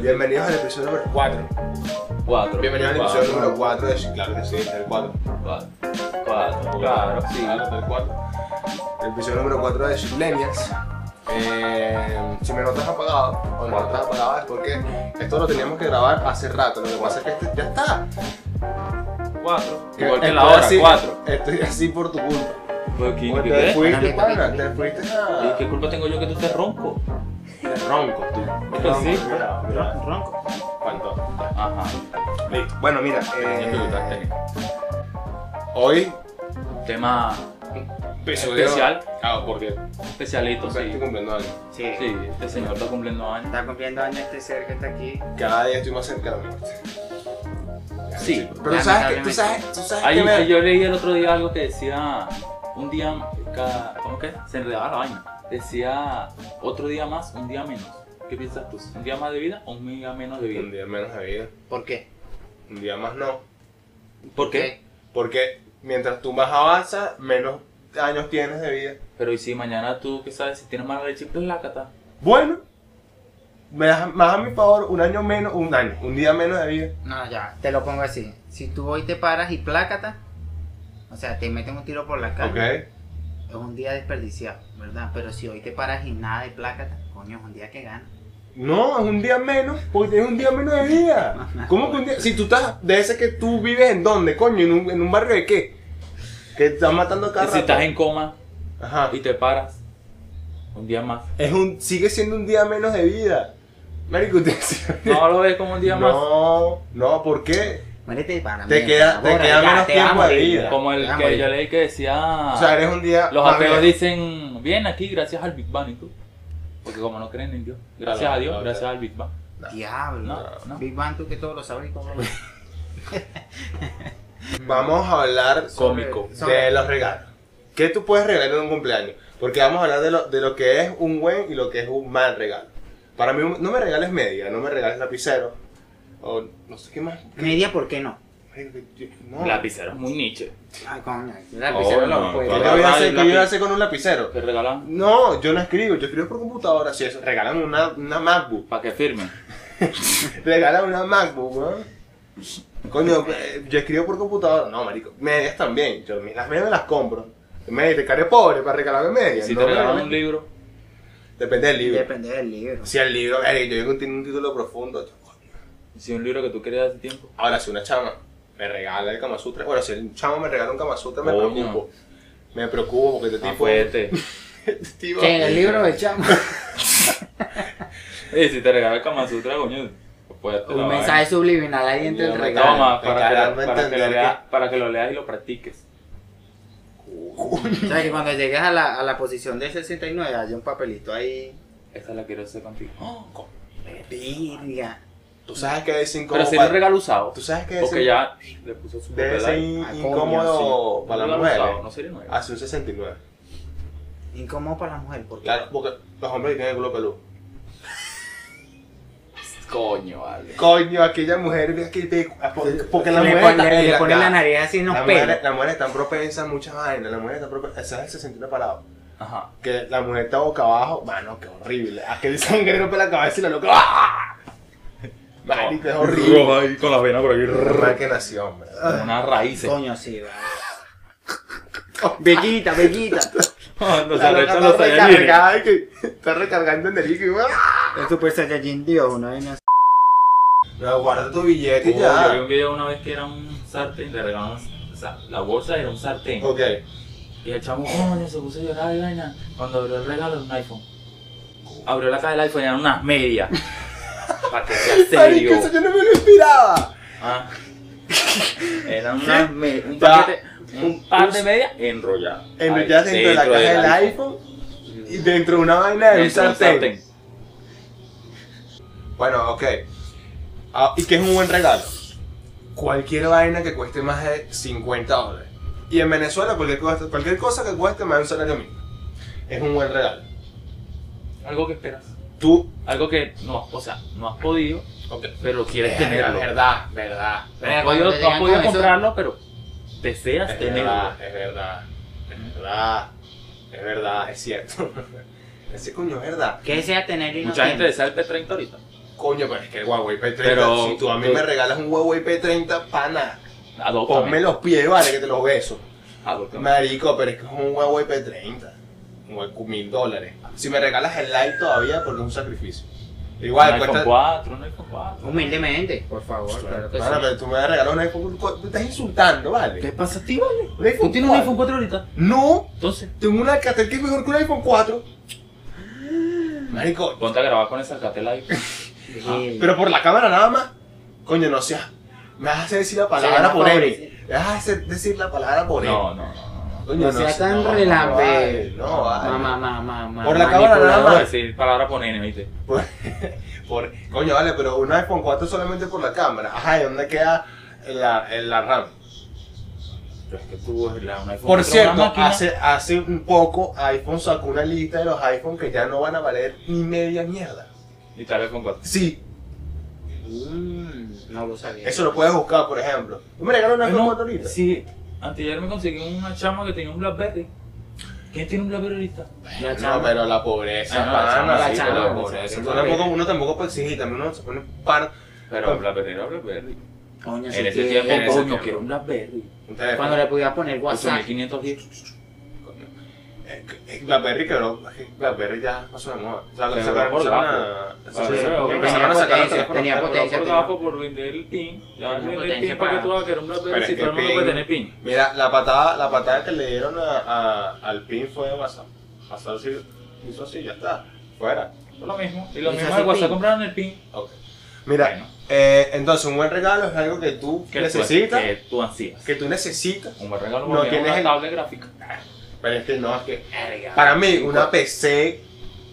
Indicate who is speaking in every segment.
Speaker 1: Bienvenidos al episodio número 4.
Speaker 2: 4.
Speaker 1: Bienvenidos al episodio número 4 de Claro que sí, del 4.
Speaker 2: 4. 4. Claro, sí.
Speaker 3: del 4.
Speaker 1: El episodio número 4 de Sublenials. Eh, si me notas apagado o me notas apagado es porque esto lo teníamos que grabar hace rato. Lo que pasa es que este ya está.
Speaker 2: 4.
Speaker 1: Estoy
Speaker 2: Igual que la hora,
Speaker 1: así-
Speaker 2: 4.
Speaker 1: Estoy así por tu culpa. Porque te
Speaker 2: Pues, ¿Qué?
Speaker 1: fuiste,
Speaker 4: Ajá,
Speaker 1: pana,
Speaker 4: ¿qué?
Speaker 1: te fuiste
Speaker 2: ¿Y
Speaker 1: a.
Speaker 2: ¿Qué culpa tengo yo que tú estés ronco?
Speaker 1: Te ronco, tú.
Speaker 2: Esto sí.
Speaker 4: Ron- Ronco.
Speaker 3: ¿Cuánto?
Speaker 2: Ajá.
Speaker 3: Listo.
Speaker 1: Bueno, mira.
Speaker 3: Ya
Speaker 1: Eh,
Speaker 3: preguntaste.
Speaker 1: hoy.
Speaker 2: Tema
Speaker 3: Episodio
Speaker 2: especial.
Speaker 3: Ah, porque
Speaker 2: Especialito,
Speaker 1: Estoy
Speaker 2: sí.
Speaker 1: cumpliendo años.
Speaker 4: Sí.
Speaker 2: Sí, este señor está cumpliendo años.
Speaker 4: Está cumpliendo años este ser que está aquí.
Speaker 1: Cada día estoy más cerca de la muerte.
Speaker 2: Sí.
Speaker 1: Pero sabes que tú sabes, tú sabes
Speaker 2: Ahí,
Speaker 1: que me-
Speaker 2: ahí yo leí el otro día algo que decía. Un día. Cada, ¿Cómo que? Se enredaba la vaina. Decía. Otro día más, un día menos. ¿Qué piensas tú? ¿Un día más de vida o un día menos de
Speaker 1: Un
Speaker 2: vida?
Speaker 1: día menos de vida,
Speaker 4: ¿Por qué?
Speaker 1: un día más no.
Speaker 2: ¿Por qué?
Speaker 1: Porque mientras tú más avanzas, menos años tienes de vida.
Speaker 2: Pero y si mañana tú, ¿qué sabes? Si tienes más pues, leche, plácata.
Speaker 1: Bueno, me das más a mi favor un año menos, un año, un día menos de vida.
Speaker 4: No, ya, te lo pongo así. Si tú hoy te paras y plácata, o sea, te meten un tiro por la cara,
Speaker 1: Ok.
Speaker 4: es un día desperdiciado, ¿verdad? Pero si hoy te paras y nada de plácata, coño, es un día que gana.
Speaker 1: No, es un día menos, porque tienes un día menos de vida. ¿Cómo que un día? Si tú estás, de ese que tú vives en dónde, coño, en un, en un barrio de qué? Que estás matando a cada
Speaker 2: Y si
Speaker 1: rato.
Speaker 2: estás en coma
Speaker 1: Ajá.
Speaker 2: y te paras, un día más.
Speaker 1: Es un, sigue siendo un día menos de vida. Marico, te-
Speaker 2: No lo ves como un día más.
Speaker 1: No, no, ¿por qué?
Speaker 4: Muérete para
Speaker 1: Te
Speaker 4: mí.
Speaker 1: queda- te queda menos tiempo de vida.
Speaker 2: Como el
Speaker 4: Ah,
Speaker 2: que
Speaker 4: bueno.
Speaker 2: yo leí que decía.
Speaker 1: O sea, eres un día.
Speaker 2: los
Speaker 1: más
Speaker 2: ateos
Speaker 1: viejo.
Speaker 2: dicen, bien aquí gracias al Big Bang y tú. Porque como no creen en Dios, gracias
Speaker 3: Claro,
Speaker 2: a Dios,
Speaker 3: claro.
Speaker 2: gracias al Big Bang.
Speaker 4: Diablo.
Speaker 2: No, no.
Speaker 4: Big Bang, tú que todo lo sabes y todo lo ves.
Speaker 1: Vamos a hablar
Speaker 2: Cómico.
Speaker 1: de
Speaker 4: Sobre-
Speaker 1: los regalos. ¿Qué tú puedes regalar en un cumpleaños? Porque vamos a hablar de lo, de lo que es un buen y lo que es un mal regalo. Para mí, un- no me regales media, no me regales lapicero. O no sé qué más.
Speaker 4: Media, ¿por qué no?
Speaker 1: No.
Speaker 2: Lapicero es muy niche.
Speaker 4: Ay, coño,
Speaker 2: Oh, no,
Speaker 4: pues.
Speaker 1: ¿Qué yo
Speaker 2: claro.
Speaker 1: voy a hacer,
Speaker 2: el
Speaker 1: qué yo voy a
Speaker 2: lápiz.
Speaker 1: hacer con un lapicero?
Speaker 2: Te regalan
Speaker 1: No, yo no escribo, yo escribo por computadora. Si eso, regalan una, una MacBook.
Speaker 2: para que firmen.
Speaker 1: Regalan una MacBook, weón. Coño, eh, yo escribo por computadora. No, marico. Medias también. Yo mis- las medias me las compro. Me dice, "Care pobre para regalarme medias.
Speaker 2: Si
Speaker 1: No
Speaker 2: te
Speaker 1: me
Speaker 2: regalan
Speaker 1: regales-
Speaker 2: un libro,
Speaker 1: Depende del libro.
Speaker 4: Depende del libro.
Speaker 1: Si el libro, eh, yo digo que tiene un título profundo. yo, coño.
Speaker 2: si un libro que tú querías hace tiempo.
Speaker 1: Ahora, si una chama me regala el Kama Sutra. Bueno, si el chamo me regala un Kama Sutra, me
Speaker 2: Coño.
Speaker 1: preocupo. Me preocupo porque este
Speaker 2: Ah,
Speaker 1: tipo.
Speaker 2: fuerte.
Speaker 1: este tipo-
Speaker 4: Que en el libro del chamo.
Speaker 2: Y si te regalan el Kama Sutra, coño, fuerte la
Speaker 4: Un
Speaker 2: vaina.
Speaker 4: mensaje subliminal ahí entre el
Speaker 1: No,
Speaker 4: regalo.
Speaker 2: Toma,
Speaker 1: Te
Speaker 2: para
Speaker 1: cargan de
Speaker 2: que, para, que lo
Speaker 1: entender
Speaker 2: leas, para que lo leas y lo practiques.
Speaker 4: O sea, que cuando llegues a la, a la posición de 69 hay un papelito ahí.
Speaker 2: Esta la quiero hacer contigo.
Speaker 4: Virga.
Speaker 1: Tú sabes que es incómodo.
Speaker 2: Pero sería un
Speaker 1: para-
Speaker 2: regalo usado.
Speaker 1: Tú sabes que es
Speaker 2: Porque ya le puso su
Speaker 1: debe
Speaker 2: papel
Speaker 1: ser
Speaker 2: ahí.
Speaker 1: in-
Speaker 4: Ah, coño,
Speaker 1: incómodo
Speaker 2: Un
Speaker 1: para Ah, las
Speaker 2: regalo
Speaker 1: mujeres.
Speaker 2: usado, No sería nuevo.
Speaker 1: Hace un 69.
Speaker 4: Incómodo para la mujer, porque
Speaker 1: Claro, porque los hombres tienen el culo peludo.
Speaker 2: Coño, vale.
Speaker 1: Coño, aquella mujer, ve aquel pe- Ah, porque- Porque las
Speaker 4: le,
Speaker 1: mujeres.
Speaker 4: pon- le-
Speaker 1: están-
Speaker 4: le
Speaker 1: la-
Speaker 4: ponen
Speaker 1: la-
Speaker 4: la nariz así en los
Speaker 1: Las
Speaker 4: pelos.
Speaker 1: mujeres las mujeres están propensas a muchas vainas. Las mujeres están propensas. Ese es el 69 parado.
Speaker 2: Ajá.
Speaker 1: Que la mujer está boca abajo, mano, qué horrible. Aquel sangre rompe la cabeza y la loca. ¡Ah! Marico, es horrible.
Speaker 2: ahí con las venas por
Speaker 1: Mal que nació, hombre.
Speaker 2: Unas raíces.
Speaker 4: Coño, sí, va. Bellita, bellita.
Speaker 2: Cuando se
Speaker 1: La loca
Speaker 2: arrechan
Speaker 1: está
Speaker 2: los tallarines.
Speaker 1: recargada y que está recargando en el líquido.
Speaker 4: Es Super Saiyajin Dios, una vaina así.
Speaker 1: No, guarda tu billete y
Speaker 2: Uy, Yo vi
Speaker 1: ya.
Speaker 2: un video una vez que era un sartén, le regalaron o sea, la bolsa era un sartén.
Speaker 1: Ok.
Speaker 2: Y el chamo, coño, se puso a llorar y vaina. Cuando abrió el regalo era un iPhone. Abrió la caja del iPhone y eran unas medias. Para que sea
Speaker 1: Marico,
Speaker 2: serio.
Speaker 1: eso yo no me lo inspiraba.
Speaker 2: Ah. Eran unas me- un
Speaker 1: Ya.
Speaker 2: paquete, un par de medias enrolladas.
Speaker 1: En
Speaker 2: Ahí,
Speaker 1: realidad, dentro de la caja del iPhone y dentro de una vaina de un
Speaker 2: Dentro de un
Speaker 1: sartén. Bueno, ok. Ah, ¿Y qué es un buen regalo? Cualquier vaina que cueste más de 50 dólares. Y en Venezuela, cualquier cosa, cualquier cosa que cueste más de un salario mínimo. Es un buen regalo.
Speaker 2: Algo que esperas.
Speaker 1: Tú.
Speaker 2: Algo que no, o sea, no has podido,
Speaker 1: Ok.
Speaker 2: pero quieres
Speaker 1: Verga,
Speaker 2: tenerlo.
Speaker 1: Verdad, verdad.
Speaker 2: No has
Speaker 4: Verga,
Speaker 2: podido,
Speaker 4: cuando
Speaker 2: no has
Speaker 4: llegan
Speaker 2: podido
Speaker 4: con eso-
Speaker 2: comprarlo, pero deseas
Speaker 1: Es
Speaker 2: tenerlo.
Speaker 1: verdad, es verdad. Es verdad. Es verdad, es cierto. Ese coño es verdad.
Speaker 4: Que sea tener y no
Speaker 2: Mucha gente
Speaker 4: tiene.
Speaker 2: desea el P30 ahorita.
Speaker 1: Coño, pero es que el Huawei P30,
Speaker 2: Pero-
Speaker 1: si tú a mí me regalas un Huawei P30, pana, ponme
Speaker 2: Adóptame.
Speaker 1: los pies, vale, que te los beso.
Speaker 2: Adóptame.
Speaker 1: Marico, pero es que es un Huawei P30. Un Huawei- mil dólares. Si me regalas el Lite todavía, porque es un sacrificio. Igual,
Speaker 2: Un iPhone
Speaker 1: cuesta...
Speaker 2: 4, un iPhone 4.
Speaker 4: Humildemente, por favor, claro que
Speaker 1: Mano,
Speaker 4: sí.
Speaker 1: pero tú me regalas un iPhone 4. Me estás insultando,
Speaker 2: ¿Qué
Speaker 1: ¿vale?
Speaker 2: pasa a ti, vale?
Speaker 1: ¿Un iPhone
Speaker 2: ¿Tú tienes
Speaker 1: 4?
Speaker 2: un iPhone 4 ahorita?
Speaker 1: No,
Speaker 2: Entonces,
Speaker 1: tengo un Alcatel que es mejor que un iPhone 4. Marico,
Speaker 2: ponte a grabar con esa Alcatel ahí.
Speaker 4: Sí.
Speaker 1: pero por la cámara nada más. Coño, no seas. Me vas a hacer decir la
Speaker 4: Se
Speaker 1: palabra
Speaker 4: llama
Speaker 1: por
Speaker 4: pobre.
Speaker 1: él. Me vas a hacer decir la palabra por él.
Speaker 2: No, no, no, no.
Speaker 1: Coño,
Speaker 4: No sea tan
Speaker 1: no,
Speaker 4: relampe.
Speaker 1: vale, No, vale.
Speaker 4: Mamá, mamá, mamá.
Speaker 1: Por la cámara nada
Speaker 2: No
Speaker 1: más.
Speaker 2: voy a
Speaker 4: manipulador.
Speaker 2: decir palabra con N, ¿viste?
Speaker 1: Por, por- coño, vale, pero un iPhone 4 solamente por la cámara. Ajá, ¿y dónde queda la, la RAM?
Speaker 2: Pero es que tú, la, un iPhone
Speaker 1: Por
Speaker 2: 4 es
Speaker 1: cierto,
Speaker 2: una máquina.
Speaker 1: hace, hace un poco iPhone sacó una lista de los iPhone que ya no van a valer ni media mierda.
Speaker 2: Y tal iPhone 4.
Speaker 1: Sí,
Speaker 4: Mm, No lo sabía.
Speaker 1: eso lo puedes buscar, por ejemplo. ¿Tú me regalas un iPhone
Speaker 2: No,
Speaker 1: 4 ahorita?
Speaker 2: Sí, anteayer me conseguí una chama que tenía un Blackberry. ¿Quién tiene un Blackberry ahorita?
Speaker 4: La
Speaker 1: No,
Speaker 4: chamba.
Speaker 1: pero la pobreza,
Speaker 2: Ah, no, la
Speaker 1: pana,
Speaker 2: chamba,
Speaker 4: la
Speaker 1: sí,
Speaker 4: chamba,
Speaker 1: pero
Speaker 4: la
Speaker 1: pobreza.
Speaker 4: chamba.
Speaker 1: Tú tampoco- uno tampoco puede exigir, también uno se pone par.
Speaker 2: Pero Blackberry era Blackberry.
Speaker 4: Coño,
Speaker 2: En
Speaker 4: si
Speaker 2: ese
Speaker 4: quiere-
Speaker 2: tiempo,
Speaker 4: en ese
Speaker 2: coño,
Speaker 4: tiempo.
Speaker 2: quiero un Blackberry.
Speaker 1: un teléfono.
Speaker 4: Cuando le podía poner WhatsApp.
Speaker 2: 8510.
Speaker 1: Eh, eh, BlackBerry quebró, eh, BlackBerry ya pasó de moda. O sea,
Speaker 2: Se
Speaker 1: sacaron-
Speaker 2: voló por
Speaker 1: sacaron
Speaker 2: bajo.
Speaker 1: a-
Speaker 2: Sí,
Speaker 1: sacaron-
Speaker 2: sí,
Speaker 1: empezaron a
Speaker 2: porque
Speaker 4: tenía
Speaker 1: sacar los
Speaker 4: potencia,
Speaker 1: teléfonos.
Speaker 4: tenía
Speaker 1: pero-
Speaker 4: potencia.
Speaker 2: por abajo por vender el pin. Ya
Speaker 4: Tenía
Speaker 2: vender el
Speaker 4: potencia
Speaker 2: pin para que
Speaker 4: para-
Speaker 2: tú vas a querer un Blackberry
Speaker 1: Pero
Speaker 2: si
Speaker 1: es que
Speaker 2: todo el mundo
Speaker 1: pin-
Speaker 2: puede tener pin.
Speaker 1: Mira, la patada, la patada que le dieron a, a- al pin fue de WhatsApp. WhatsApp sí, hizo así, ya está. Fuera.
Speaker 2: Fue Lo mismo. Y los
Speaker 4: Y se
Speaker 2: mismos
Speaker 4: hace
Speaker 2: de WhatsApp
Speaker 4: pin.
Speaker 2: compraron el pin.
Speaker 1: Ok. Mira,
Speaker 2: Bueno.
Speaker 1: eh, entonces un buen regalo es algo que tú
Speaker 2: Que
Speaker 1: necesitas,
Speaker 2: Tú, que tú ansías.
Speaker 1: que tú necesitas.
Speaker 2: Un buen regalo
Speaker 1: No,
Speaker 2: no,
Speaker 1: tienes
Speaker 2: una
Speaker 1: el-
Speaker 2: tablet gráfica.
Speaker 1: Pero es que no, es que. Para mí, una PC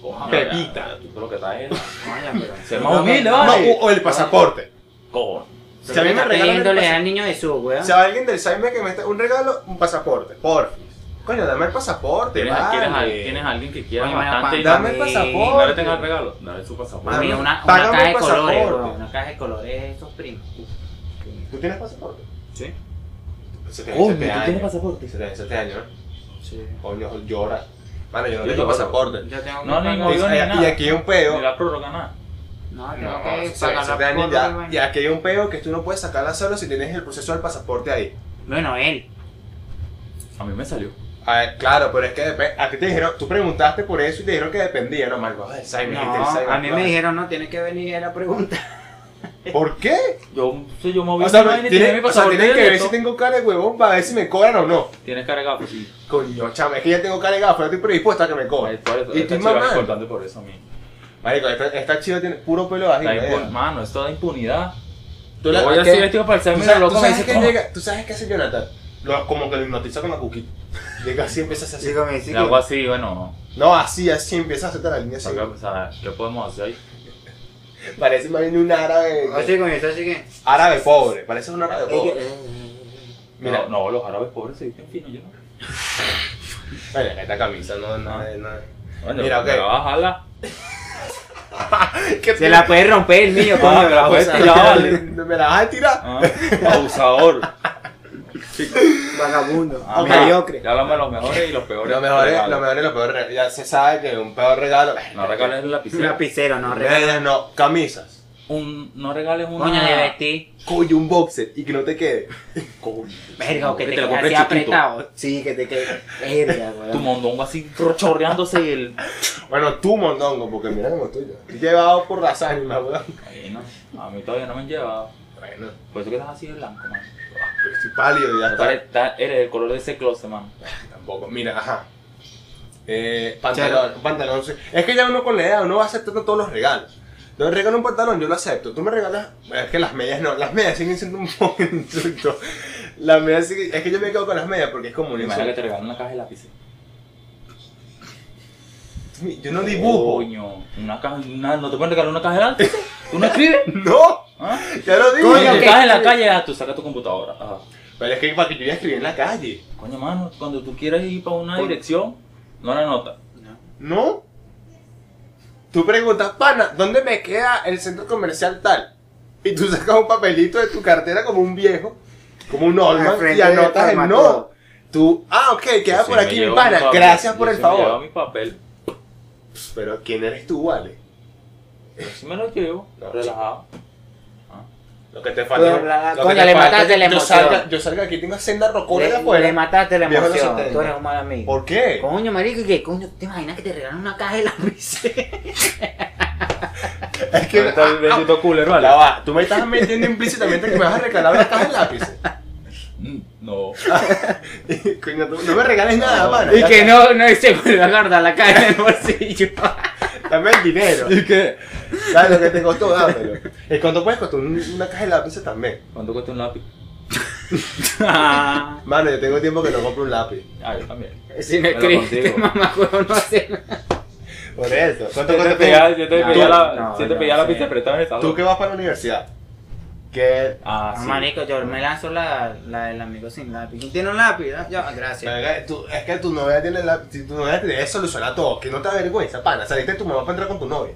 Speaker 2: Coño,
Speaker 1: Pepita.
Speaker 2: ya, Tú lo que traes es
Speaker 4: Coño, pero-
Speaker 2: ser más humilde,
Speaker 1: No,
Speaker 2: ¿vale?
Speaker 1: o- o el pasaporte.
Speaker 2: Coño.
Speaker 1: Si a mí me
Speaker 4: Está
Speaker 1: regalan el
Speaker 4: pidiéndole
Speaker 1: pasa-
Speaker 4: al niño Jesús, weón.
Speaker 1: Si a alguien del Saime que me está. Un regalo, un pasaporte. Porfis. Coño, dame el pasaporte,
Speaker 2: ¿Tienes,
Speaker 1: vale.
Speaker 2: quieres a- tienes a alguien que quiera
Speaker 4: Coño, me la
Speaker 2: bastante y
Speaker 4: pan-
Speaker 1: Dame el pasaporte.
Speaker 2: no le tengas el regalo? Dale su pasaporte.
Speaker 4: A mí
Speaker 1: Mami,
Speaker 4: una, una
Speaker 1: págame
Speaker 4: caja de
Speaker 1: el
Speaker 4: colores,
Speaker 1: pasaporte.
Speaker 4: weón. Una caja de colores de esos primos.
Speaker 1: ¿Tú tienes pasaporte?
Speaker 4: Sí.
Speaker 1: Se te
Speaker 2: Coño, ¿tú
Speaker 1: años.
Speaker 2: tienes pasaporte?
Speaker 1: Se te ven siete años, ¿no?
Speaker 4: Sí.
Speaker 1: Coño, llora. Mano, yo no
Speaker 2: Yo
Speaker 1: tengo
Speaker 2: lloro.
Speaker 1: pasaporte.
Speaker 4: Yo tengo que
Speaker 2: No,
Speaker 4: pagar-
Speaker 2: no, no.
Speaker 1: Y-
Speaker 2: ni nada.
Speaker 1: eh, y aquí hay un peo.
Speaker 2: Ni la prórroga, nada.
Speaker 4: No, tengo
Speaker 1: No,
Speaker 4: que
Speaker 1: se-
Speaker 4: pagar
Speaker 1: se
Speaker 4: la pues,
Speaker 1: te daña
Speaker 4: cuota
Speaker 1: ya.
Speaker 4: del
Speaker 1: pues, Y aquí hay un peo que tú no puedes sacarla solo si tienes el proceso del pasaporte ahí.
Speaker 4: baño. Bueno, él.
Speaker 2: A mí me salió.
Speaker 1: A ver, claro, pero es que depe- a ti te dijeron, tú preguntaste por eso y te dijeron que dependía, no, mal, el Saime, gente del
Speaker 4: No,
Speaker 1: Saime,
Speaker 4: a mí me
Speaker 1: claro.
Speaker 4: dijeron, no, tienes que venir a la pregunta.
Speaker 1: ¿Por qué?
Speaker 2: Yo, sí, yo moví
Speaker 1: O sea,
Speaker 2: mi
Speaker 1: me-
Speaker 2: vaina y tenía mi
Speaker 1: tiene- o sea,
Speaker 2: pasaporte.
Speaker 1: tienen que ver
Speaker 2: directo.
Speaker 1: si tengo cara de huevón para ver si me cobran o no.
Speaker 2: Tienes cargado. Sí.
Speaker 1: Coño, chame, es que ya tengo cara de gafo, yo estoy predispuesta a que me
Speaker 2: Por
Speaker 1: cobren.
Speaker 2: eso,
Speaker 1: Oh, Y
Speaker 2: esta
Speaker 1: estoy
Speaker 2: chica es
Speaker 1: mamando.
Speaker 2: importante por eso a mí.
Speaker 1: Marico, esta, esta chica tiene puro pelo bajito.
Speaker 2: Está impu-
Speaker 1: eh.
Speaker 2: Mano, esto da impunidad.
Speaker 1: Tú la-
Speaker 2: Yo voy
Speaker 1: es
Speaker 2: a
Speaker 1: que-
Speaker 2: decir esto para el
Speaker 1: ¿Tú
Speaker 2: Samuel,
Speaker 1: sabes-
Speaker 2: loco,
Speaker 1: tú
Speaker 2: me
Speaker 1: sabes
Speaker 2: dice,
Speaker 1: qué
Speaker 2: "Toma".
Speaker 1: llega- ¿Tú sabes qué hace Jonathan? Lo- como que lo hipnotiza con la cuquita. Llega así, empieza a hacer así.
Speaker 4: Digo, me dice
Speaker 2: Y algo así, bueno.
Speaker 1: No, así, así empieza a aceptar la línea así.
Speaker 2: saca- o sea, ¿Qué podemos hacer ahí?
Speaker 1: Parece más bien un árabe.
Speaker 2: Ah,
Speaker 4: Así comienza, así que.
Speaker 1: Árabe pobre, parece un árabe pobre. Mira,
Speaker 2: No, no, los árabes pobres se dicen finos, yo no.
Speaker 1: Bueno, esta camisa no, no, no.
Speaker 2: Bueno,
Speaker 1: Mira, ok.
Speaker 2: me la vas a jalar.
Speaker 1: ¿Qué
Speaker 4: Se la puede romper el niño, coño.
Speaker 2: me la puedes
Speaker 1: cosa?
Speaker 2: tirar, vale.
Speaker 1: ¿Me la vas a tirar?
Speaker 2: Ah, Abusador.
Speaker 4: Vagabundo.
Speaker 2: Ah, mira,
Speaker 4: Mediocre.
Speaker 2: Ya hablamos de los mejores y los peores.
Speaker 1: Lo mejor es,
Speaker 2: regalos.
Speaker 1: lo mejor es lo peor. regalo. Ya se sabe que un peor regalo.
Speaker 2: No regales el lapicero.
Speaker 4: Lapicero, no regalo.
Speaker 1: Medias no, camisas.
Speaker 2: Un, no regales una.
Speaker 4: Coño, de vestir.
Speaker 1: Coño, un boxer y que no te quede.
Speaker 2: Coño.
Speaker 4: Verga, o que
Speaker 2: Que
Speaker 4: te
Speaker 2: te Este lo
Speaker 4: quede
Speaker 2: compres
Speaker 4: así
Speaker 2: chiquito.
Speaker 4: apretado. Sí, que te quede. Verga,
Speaker 2: Tu
Speaker 4: weón.
Speaker 2: mondongo así chorreándose y el.
Speaker 1: Bueno, tú, mondongo, porque mira como tuyo. Llevado por las ánimas, weón.
Speaker 2: Bueno, a mí todavía no me han llevado.
Speaker 1: Bueno,
Speaker 2: Por eso que estás así de blanco, man.
Speaker 1: pero estoy pálido y ya
Speaker 2: Total,
Speaker 1: está.
Speaker 2: está- Eres el color de ese closet, man.
Speaker 1: Tampoco, mira, ajá. Eh, pantalón, un pantalón. sí. Es que ya uno con la edad, uno va aceptando todos los regalos. Yo me regalo un pantalón, yo lo acepto. Tú me regalas. Es que las medias no, las medias siguen siendo un poco insulto. Las medias siguen- Es que yo me quedo con las medias porque es como un
Speaker 2: Imagina que
Speaker 1: insulto.
Speaker 2: te regalan una caja de lápices.
Speaker 1: Yo no dibujo.
Speaker 2: Coño, una caja, una- no te pueden regalar una caja de lápices. Tú no escribes.
Speaker 1: ¡No!
Speaker 2: ¿Ah?
Speaker 1: ¡Ya lo digo!
Speaker 4: Coño,
Speaker 2: Cuando
Speaker 4: ¿qué?
Speaker 2: estás en la calle, ah, tú sacas tu computadora. Ajá.
Speaker 1: Pero es que para que yo ya escribí en la calle.
Speaker 2: Coño, mano, cuando tú quieras ir para una dirección, no la notas.
Speaker 1: ¿No? Tú preguntas, pana, ¿dónde me queda el centro comercial tal? Y tú sacas un papelito de tu cartera como un viejo, como un
Speaker 4: Al
Speaker 1: olman,
Speaker 4: frente
Speaker 1: y anotas
Speaker 4: del
Speaker 1: el no.
Speaker 4: farmacólogo.
Speaker 1: Tú, ah, ok, queda
Speaker 2: Yo
Speaker 1: por
Speaker 2: sí
Speaker 1: aquí mi
Speaker 2: me llevo
Speaker 1: pana,
Speaker 2: papel,
Speaker 1: gracias por
Speaker 2: yo
Speaker 1: el
Speaker 2: sí me llevo
Speaker 1: favor.
Speaker 2: mi papel.
Speaker 1: Pero ¿quién eres tú, vale?
Speaker 2: Pero si me lo llevo,
Speaker 1: No.
Speaker 2: relajado.
Speaker 3: Lo que te
Speaker 4: Pero
Speaker 3: falta.
Speaker 4: la-
Speaker 3: lo que
Speaker 4: coño,
Speaker 3: te
Speaker 4: le
Speaker 3: falta-
Speaker 4: mataste la
Speaker 1: yo
Speaker 4: emoción.
Speaker 1: salga, yo salga aquí tengo senda rocola de
Speaker 4: le, le
Speaker 1: afuera.
Speaker 4: mataste la
Speaker 1: Viejo de los
Speaker 4: emoción.
Speaker 1: 70.
Speaker 4: Tú eres un mal amigo.
Speaker 1: ¿Por qué?
Speaker 4: Coño, marico, ¿y qué coño? ¿Te imaginas que te regalan una caja de lápices?
Speaker 1: Es que
Speaker 2: Está el bendito culero,
Speaker 1: Ya
Speaker 2: ¿vale?
Speaker 1: va, tú me estás metiendo implícitamente que me vas a regalar una caja de lápices.
Speaker 2: Mm, No.
Speaker 1: Coño, tú- no me regales nada,
Speaker 2: No.
Speaker 1: mano.
Speaker 4: y
Speaker 1: Ya
Speaker 4: que no, no se vuelve a guardar la caja en el bolsillo.
Speaker 1: Dame el dinero.
Speaker 2: ¿Y qué?
Speaker 1: Dame lo que te costó, dámelo. ¿Y cuánto puedes costar un- una caja de lápices también?
Speaker 2: ¿Cuánto cuesta un lápiz?
Speaker 4: Ah,
Speaker 1: Mano, yo tengo tiempo que no compro un lápiz.
Speaker 2: Ah, yo también.
Speaker 4: si no
Speaker 2: Me lo
Speaker 4: escribiste,
Speaker 2: consigo.
Speaker 4: mamá, huevo, no hace nada.
Speaker 1: Por eso. ¿Cuánto
Speaker 2: Yo te
Speaker 1: cuesta
Speaker 2: pedía, yo te
Speaker 4: No,
Speaker 2: pedía la,
Speaker 4: no,
Speaker 2: yo te
Speaker 4: no,
Speaker 2: pedía la
Speaker 4: sí.
Speaker 2: pizza, pero estaba en el
Speaker 1: Tú
Speaker 2: salón.
Speaker 1: que vas para la universidad. Que.
Speaker 2: Ah,
Speaker 4: No,
Speaker 2: sí.
Speaker 4: marico, yo me lanzo la, la del amigo sin lápiz. ¿Quién tiene un lápiz? Ah, Ya, gracias.
Speaker 1: Verga, tú- es que tu novia tiene la. si Tu novia te debe solucionar todo. Que no te avergüenza, pana. Saliste de tu mamá para entrar con tu novia.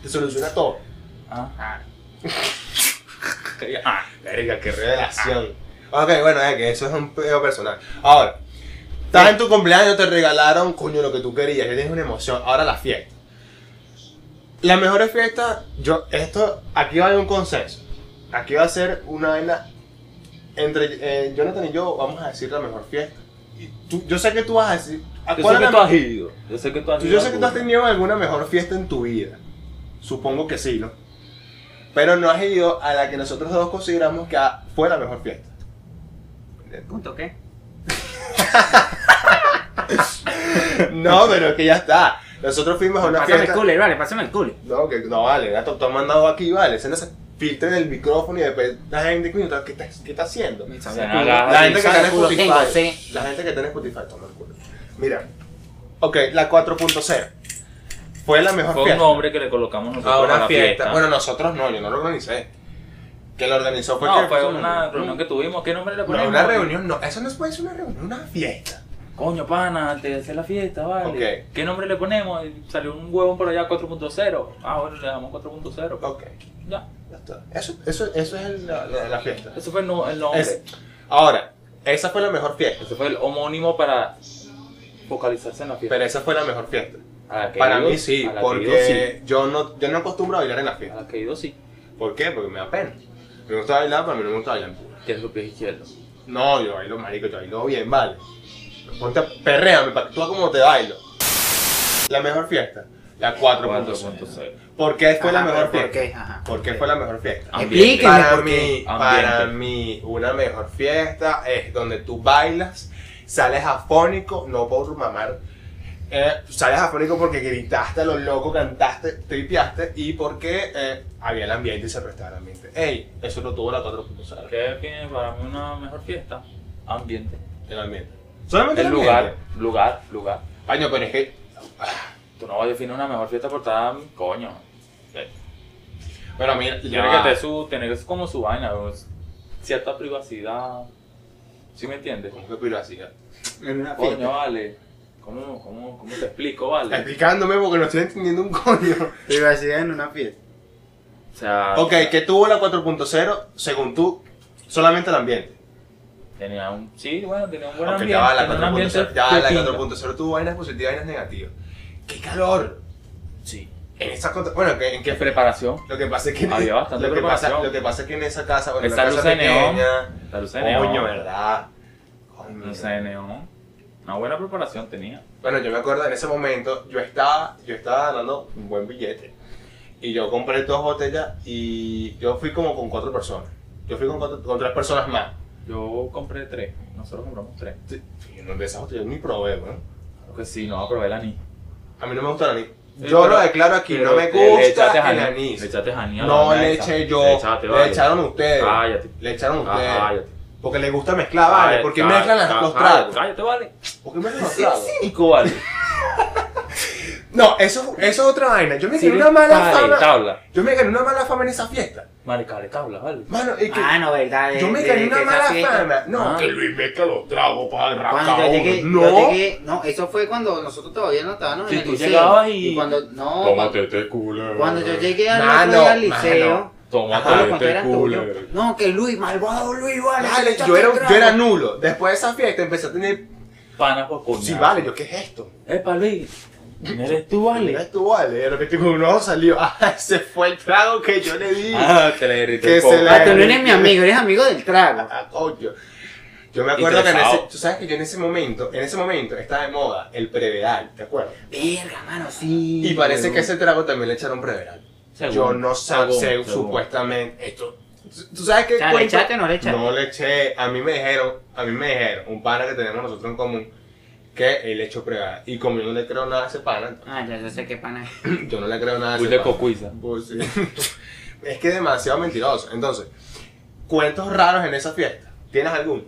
Speaker 1: Te soluciona todo.
Speaker 2: Ah,
Speaker 4: Ah,
Speaker 2: ah.
Speaker 1: Verga, qué revelación. Ok, bueno, es que eso es un pedo personal. Ahora, estás en tu cumpleaños, te regalaron, coño, lo que tú querías, ya tienes una emoción. Ahora la fiesta. Las mejores fiestas, yo, esto, aquí va a haber un consenso. Aquí va a ser una vaina entre eh, Jonathan y yo, vamos a decir la mejor fiesta. Y tú- yo sé que tú vas a decir. ¿a
Speaker 2: Yo
Speaker 1: cuál
Speaker 2: sé
Speaker 1: es
Speaker 2: que
Speaker 1: la
Speaker 2: tú
Speaker 1: me-
Speaker 2: has ido. Yo sé que tú has
Speaker 1: Tú-
Speaker 2: ido.
Speaker 1: Yo sé que tú
Speaker 2: alguna.
Speaker 1: has tenido alguna mejor fiesta en tu vida. Supongo que sí, ¿no? Pero no has ido a la que nosotros dos consideramos que ah, fue la mejor fiesta.
Speaker 4: ¿Punto qué?
Speaker 1: No, pero es que ya está. Nosotros fuimos a una
Speaker 4: Pásame el
Speaker 1: fiesta.
Speaker 4: cooler, vale, pásame el cooler.
Speaker 1: No, que no vale, ya te te han mandado aquí, vale. Se nos filtra en el micrófono y después la gente, coño, ¿qué está, qué está haciendo?
Speaker 4: Me
Speaker 2: O
Speaker 4: sabe
Speaker 2: sea,
Speaker 4: a culo.
Speaker 2: nada,
Speaker 1: La gente que
Speaker 4: sabe
Speaker 1: está en
Speaker 4: a culo,
Speaker 1: Spotify.
Speaker 4: tengo sed.
Speaker 1: La gente que tiene Spotify toma el culo. Mira, ok, la 4.0. Fue la mejor
Speaker 2: Fue un
Speaker 1: fiesta.
Speaker 2: nombre que le colocamos nosotros
Speaker 1: a
Speaker 2: a
Speaker 1: una
Speaker 2: la
Speaker 1: fiesta. Bueno, nosotros no, yo no lo organicé. Que lo organizó fue
Speaker 2: no,
Speaker 1: que-
Speaker 2: fue una reunión que tuvimos. ¿Qué nombre le
Speaker 1: No,
Speaker 2: ponemos?
Speaker 1: una reunión, no. Eso no puede ser una reunión, una fiesta.
Speaker 2: Coño, pana, antes de hacer la fiesta, vale.
Speaker 1: Ok.
Speaker 2: ¿Qué nombre le ponemos? Y Salió un huevón por allá 4.0. Ah, bueno, le damos 4.0.
Speaker 1: Ok,
Speaker 2: Ya.
Speaker 1: ya está. Eso, eso, eso es el- la, la- la fiesta.
Speaker 2: Ese fue el, no- el nombre.
Speaker 1: Es- ahora, esa fue la mejor fiesta.
Speaker 2: Ese fue el homónimo para focalizarse en la fiesta.
Speaker 1: Pero esa fue la mejor fiesta.
Speaker 2: A la que
Speaker 1: Para
Speaker 2: he ido-
Speaker 1: mí sí,
Speaker 2: a la que he ido, sí.
Speaker 1: porque yo no, yo no acostumbro a bailar en la
Speaker 2: A
Speaker 1: fiesta.
Speaker 2: la que he ido, sí.
Speaker 1: ¿Por qué? Porque me da pena. Me gusta bailar, pero a mí no me gusta bailar en público.
Speaker 2: Tienes los pies izquierdos.
Speaker 1: No, yo bailo, marico, yo bailo bien, vale. Ponte, perréame, para que tú veas cómo te bailo. La mejor fiesta, la 4.0.
Speaker 2: 4.0.
Speaker 1: ¿Por qué fue la
Speaker 4: Ajá,
Speaker 1: mejor
Speaker 4: pero
Speaker 1: fiesta?
Speaker 4: ¿Por qué? Ajá.
Speaker 1: ¿Por qué fue la mejor fiesta?
Speaker 4: Explíqueme
Speaker 1: Para
Speaker 4: por
Speaker 1: mí,
Speaker 4: qué.
Speaker 1: para
Speaker 2: Ambiente.
Speaker 1: mí, una mejor fiesta es donde tú bailas, sales afónico, no por mamar. eh, sales afónico porque gritaste a lo loco, cantaste, tripeaste y porque eh, había el ambiente y se prestaba el ambiente. Ey, eso lo tuvo la 4.0.
Speaker 2: ¿Qué define para mí una mejor fiesta? Ambiente.
Speaker 1: El ambiente. Solamente
Speaker 2: El
Speaker 1: el,
Speaker 2: lugar,
Speaker 1: ambiente.
Speaker 2: lugar, lugar.
Speaker 1: Paño, pero es que.
Speaker 2: Tú no vas a definir una mejor fiesta por estar coño.
Speaker 1: Bueno, mira, ya
Speaker 2: Tiene
Speaker 1: va.
Speaker 2: que tener su, tener su- como su vaina, como s- cierta privacidad. ¿Sí me entiendes?
Speaker 1: ¿Cómo que ¿eh? privacidad?
Speaker 4: En una
Speaker 2: Coño, vale. ¿Cómo, cómo, cómo te explico, vale?
Speaker 1: Explicándome porque no estoy entendiendo un coño.
Speaker 4: Privacidad en una fiesta.
Speaker 2: O sea,
Speaker 1: Ok, ¿qué tuvo la 4.0 según tú? Solamente el ambiente.
Speaker 2: tenía un, sí, bueno, tenía un buen
Speaker 1: Aunque
Speaker 2: ambiente.
Speaker 1: ya va la
Speaker 2: tenía un ambiente
Speaker 1: 4.0. Ya va la
Speaker 2: distinto.
Speaker 1: 4.0 tuvo vainas positivas y vainas negativas. ¡Qué calor!
Speaker 2: Sí.
Speaker 1: En esa contra- Bueno, que- en
Speaker 2: ¿Qué
Speaker 1: qué
Speaker 2: preparación?
Speaker 1: Lo que pasa es que.
Speaker 2: Había bastante
Speaker 1: lo que pasa,
Speaker 2: preparación.
Speaker 1: lo que pasa es que en esa casa. Bueno,
Speaker 2: Esa
Speaker 1: la
Speaker 2: luz
Speaker 1: casa
Speaker 2: de neón.
Speaker 1: pequeña-
Speaker 2: La luz de
Speaker 1: Coño,
Speaker 2: neón.
Speaker 1: ¿verdad? Coño.
Speaker 2: Luz de neón. Una buena preparación tenía.
Speaker 1: Bueno, yo me acuerdo en ese momento, yo estaba, yo estaba ganando un buen billete. Y yo compré dos botellas y yo fui como con cuatro personas. Yo fui con, cuatro- con tres personas más.
Speaker 2: Yo compré tres. Nosotros compramos tres.
Speaker 1: Y no de esas botellas ni probé, weón.
Speaker 2: Creo que sí, no probé el anís.
Speaker 1: A mí no me gusta el anís.
Speaker 2: Sí,
Speaker 1: Yo
Speaker 2: Eh, pero-
Speaker 1: lo declaro aquí,
Speaker 2: pero
Speaker 1: no me
Speaker 2: te- le echaste
Speaker 1: gusta el
Speaker 2: anís,
Speaker 1: anís.
Speaker 2: Le echaste anís a la
Speaker 1: No
Speaker 2: vaina
Speaker 1: le
Speaker 2: esa.
Speaker 1: eché yo,
Speaker 2: Le echaste,
Speaker 1: le
Speaker 2: vale.
Speaker 1: echaron ustedes.
Speaker 2: Cállate.
Speaker 1: Le echaron
Speaker 2: Ah,
Speaker 1: ustedes.
Speaker 2: Cállate.
Speaker 1: Porque les gusta mezclar, Ah, vale.
Speaker 2: Cállate,
Speaker 1: Porque
Speaker 2: cállate,
Speaker 1: mezclan las- los
Speaker 2: cállate,
Speaker 1: tragos.
Speaker 2: Cállate, vale.
Speaker 1: Porque mezclan los
Speaker 2: Sí,
Speaker 1: tragos.
Speaker 2: cínico, vale.
Speaker 1: No, eso, eso es otra vaina. Yo me
Speaker 2: Sí,
Speaker 1: gané una mala
Speaker 2: cállate,
Speaker 1: fama.
Speaker 2: tabla.
Speaker 1: Yo me gané una mala fama en esa fiesta.
Speaker 2: Vale, cállate, tabla, vale.
Speaker 1: Mano, y que.
Speaker 4: Ah, no, verdad. de-
Speaker 1: yo me
Speaker 4: de-
Speaker 1: gané
Speaker 4: de
Speaker 1: una
Speaker 4: esa
Speaker 1: mala
Speaker 4: fiesta.
Speaker 1: fama. No,
Speaker 2: Ah.
Speaker 1: que Luis mezcla los tragos para el
Speaker 4: Cuando yo
Speaker 1: racao.
Speaker 4: llegué,
Speaker 1: No.
Speaker 4: yo llegué, no, eso fue cuando nosotros todavía no estábamos
Speaker 2: Sí,
Speaker 4: en el
Speaker 2: tú
Speaker 4: liceo.
Speaker 2: llegabas y-
Speaker 4: cuando, no, cuando,
Speaker 3: Tómate este culo.
Speaker 4: cuando yo llegué al
Speaker 1: Mano,
Speaker 4: otro día al
Speaker 1: mano.
Speaker 4: liceo,
Speaker 2: Toma,
Speaker 4: Ajá,
Speaker 2: tabla.
Speaker 4: cuando eras tú,
Speaker 3: culo.
Speaker 4: yo, no, que Luis, malvado Luis, vale,
Speaker 1: Vale,
Speaker 4: échate
Speaker 1: yo era,
Speaker 4: un
Speaker 1: yo era
Speaker 4: trago.
Speaker 1: nulo. Después de esa fiesta empecé a tener.
Speaker 2: Pana por coño.
Speaker 1: Sí, vale, yo, ¿qué es esto?
Speaker 2: Epa, Luis. ¿No eres tú, vale?
Speaker 1: Mira tú, vale. De repente con un ojo salió. Ah, ese fue el trago que yo le di.
Speaker 2: Ah, que le grité.
Speaker 1: Que
Speaker 2: el
Speaker 1: se
Speaker 2: coco.
Speaker 1: le-
Speaker 4: Ah, tú no eres mi amigo, eres amigo del trago.
Speaker 1: Ah, coño. Yo me acuerdo que en ese,
Speaker 2: Interesado.
Speaker 1: tú sabes que yo en ese momento, en ese momento estaba de moda el Prevedal, ¿te acuerdas?
Speaker 4: Verga, mano, sí.
Speaker 1: Y parece
Speaker 4: weón.
Speaker 1: que ese trago también le echaron Prevedal.
Speaker 2: Según,
Speaker 1: Yo no sé,
Speaker 2: según,
Speaker 1: sé,
Speaker 2: según.
Speaker 1: supuestamente esto. ¿tú- ¿Tú sabes qué
Speaker 4: O sea, ¿le
Speaker 1: cuento?
Speaker 4: echaste o no le echaste?
Speaker 1: No le eché, a mí me dijeron, a mí me dijeron, un pana que tenemos nosotros en común, que él echó Prevedal. Y como yo no le creo nada a ese pana,
Speaker 4: Ah, ya, ya sé qué pana es.
Speaker 1: yo no le creo nada a ese
Speaker 2: Full de
Speaker 1: pana.
Speaker 2: cocuiza.
Speaker 1: Pues, sí. es que es demasiado mentiroso. Entonces, cuentos raros en esa fiesta. ¿Tienes alguno?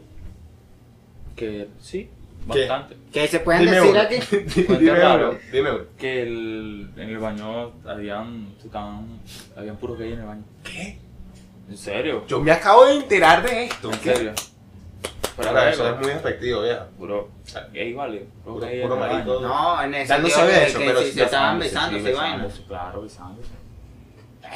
Speaker 2: Que sí,
Speaker 1: ¿Qué?
Speaker 2: bastante.
Speaker 4: ¿Qué se pueden decir aquí?
Speaker 1: dime,
Speaker 2: Cuento
Speaker 1: uno.
Speaker 2: raro.
Speaker 1: Dime uno.
Speaker 2: Que el, en el baño habían, estaban, habían puros gays en el baño.
Speaker 1: ¿Qué?
Speaker 2: ¿En serio?
Speaker 1: Yo me acabo de enterar de esto.
Speaker 2: ¿En serio?
Speaker 1: Claro,
Speaker 2: Pero,
Speaker 1: eso es muy despectivo, viejo.
Speaker 2: Puro gay, vale. Puro
Speaker 1: Puro-
Speaker 2: gay en
Speaker 1: puro
Speaker 2: el baño.
Speaker 1: marico.
Speaker 4: No, en ese.
Speaker 1: Ya no
Speaker 4: tío,
Speaker 1: sabía
Speaker 4: que-
Speaker 1: eso,
Speaker 4: que
Speaker 1: pero
Speaker 4: si
Speaker 1: sí
Speaker 4: se estaban
Speaker 2: Besándose,
Speaker 4: besando,
Speaker 2: sí,
Speaker 4: se vaina.
Speaker 2: besándose, Claro, besándose.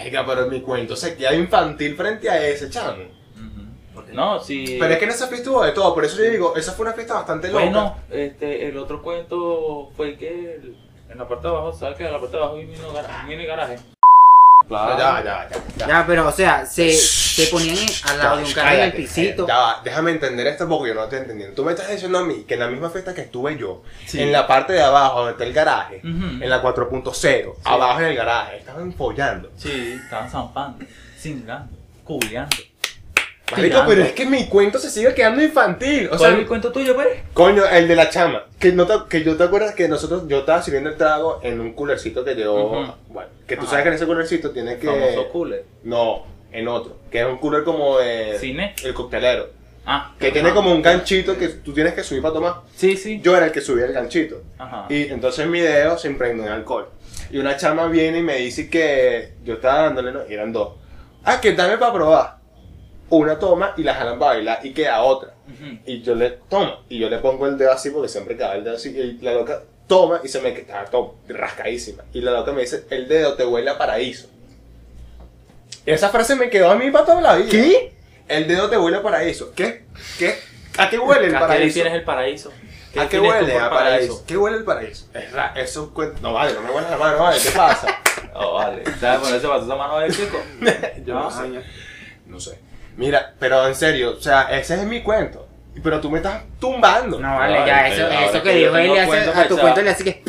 Speaker 1: Venga, pero mi cuento se queda infantil frente a ese chamo.
Speaker 2: Ujú. No,
Speaker 4: Eh,
Speaker 2: sí.
Speaker 1: Pero es que en esa fiesta hubo de todo, por eso yo digo, esa fue una fiesta bastante loca.
Speaker 2: Bueno, este, el otro cuento fue que el- en la parte de abajo, ¿sabes que En la parte de abajo hay un mini gara- un mini garaje. Claro.
Speaker 1: Ya, ya, ya. ya.
Speaker 4: Ah. Ya, pero o sea, se, se ponían en- al lado de un carro en el
Speaker 1: Cállate,
Speaker 4: pisito.
Speaker 1: Ya va, déjame entender esto porque yo no estoy entendiendo. Tú me estás diciendo a mí que en la misma fiesta que estuve yo, en la parte de abajo donde está el garaje,
Speaker 2: Ujú.
Speaker 1: en la 4.0, abajo en el garaje, estaban follando.
Speaker 2: Sí, estaban zampando, cingando, culeando.
Speaker 1: Marico, pero es que mi cuento se sigue quedando infantil. O
Speaker 2: ¿Cuál es
Speaker 1: sea,
Speaker 2: el cuento tuyo, pues?
Speaker 1: coño, el de la chama. Que, no te- que yo te acuerdas que nosotros, yo estaba sirviendo el trago en un coolercito que yo.
Speaker 2: Ujú.
Speaker 1: Bueno, que tú
Speaker 4: Ajá.
Speaker 1: sabes que en ese coolercito tiene que.
Speaker 2: Famoso cooler.
Speaker 1: No, en otro. Que es un cooler como de.
Speaker 2: ¿Cine?
Speaker 1: El coctelero.
Speaker 2: Ah,
Speaker 1: Que tiene como un ganchito que tú tienes que subir para tomar.
Speaker 2: sí, sí.
Speaker 1: Yo era el que subía el ganchito.
Speaker 2: Ajá.
Speaker 1: Y entonces mi dedo se impregnó en alcohol. Y una chama viene y me dice que yo estaba dándole, no, eran dos. Ah, que dame para probar. Una toma y la jalan para bailar y queda otra.
Speaker 2: Ujú.
Speaker 1: Y yo le tomo, y yo le pongo el dedo así porque siempre queda el dedo así. Y la loca toma y se me queda todo rascadísima. Y la loca me dice, el dedo te huele a paraíso. Y esa frase me quedó a mí para toda la vida. ¿Qué? El dedo te huele a paraíso. ¿Qué? ¿Qué? ¿A qué huele el
Speaker 2: ¿A qué
Speaker 1: paraíso?
Speaker 2: tienes el paraíso?
Speaker 1: ¿A qué
Speaker 2: defines tú
Speaker 1: huele
Speaker 2: por
Speaker 1: a paraíso? ¿Qué huele el paraíso? Es ra- eso es un cuento. No vale, no me hueles la mano, vale, ¿qué pasa?
Speaker 2: Oh, vale. ¿Sabes por eso pasó esa mano del chico?
Speaker 1: Yo
Speaker 2: Ah,
Speaker 1: no sé. No sé. Mira, pero en serio, o sea, ese es mi cuento. Pero tú me estás tumbando.
Speaker 4: No, vale,
Speaker 2: Ahora
Speaker 4: ya,
Speaker 2: que-
Speaker 4: eso,
Speaker 2: ahora
Speaker 4: eso que
Speaker 2: que yo
Speaker 4: dijo él
Speaker 2: tengo
Speaker 4: le hace,
Speaker 2: cuento
Speaker 4: a tu
Speaker 2: fechado.
Speaker 4: cuento le hace que.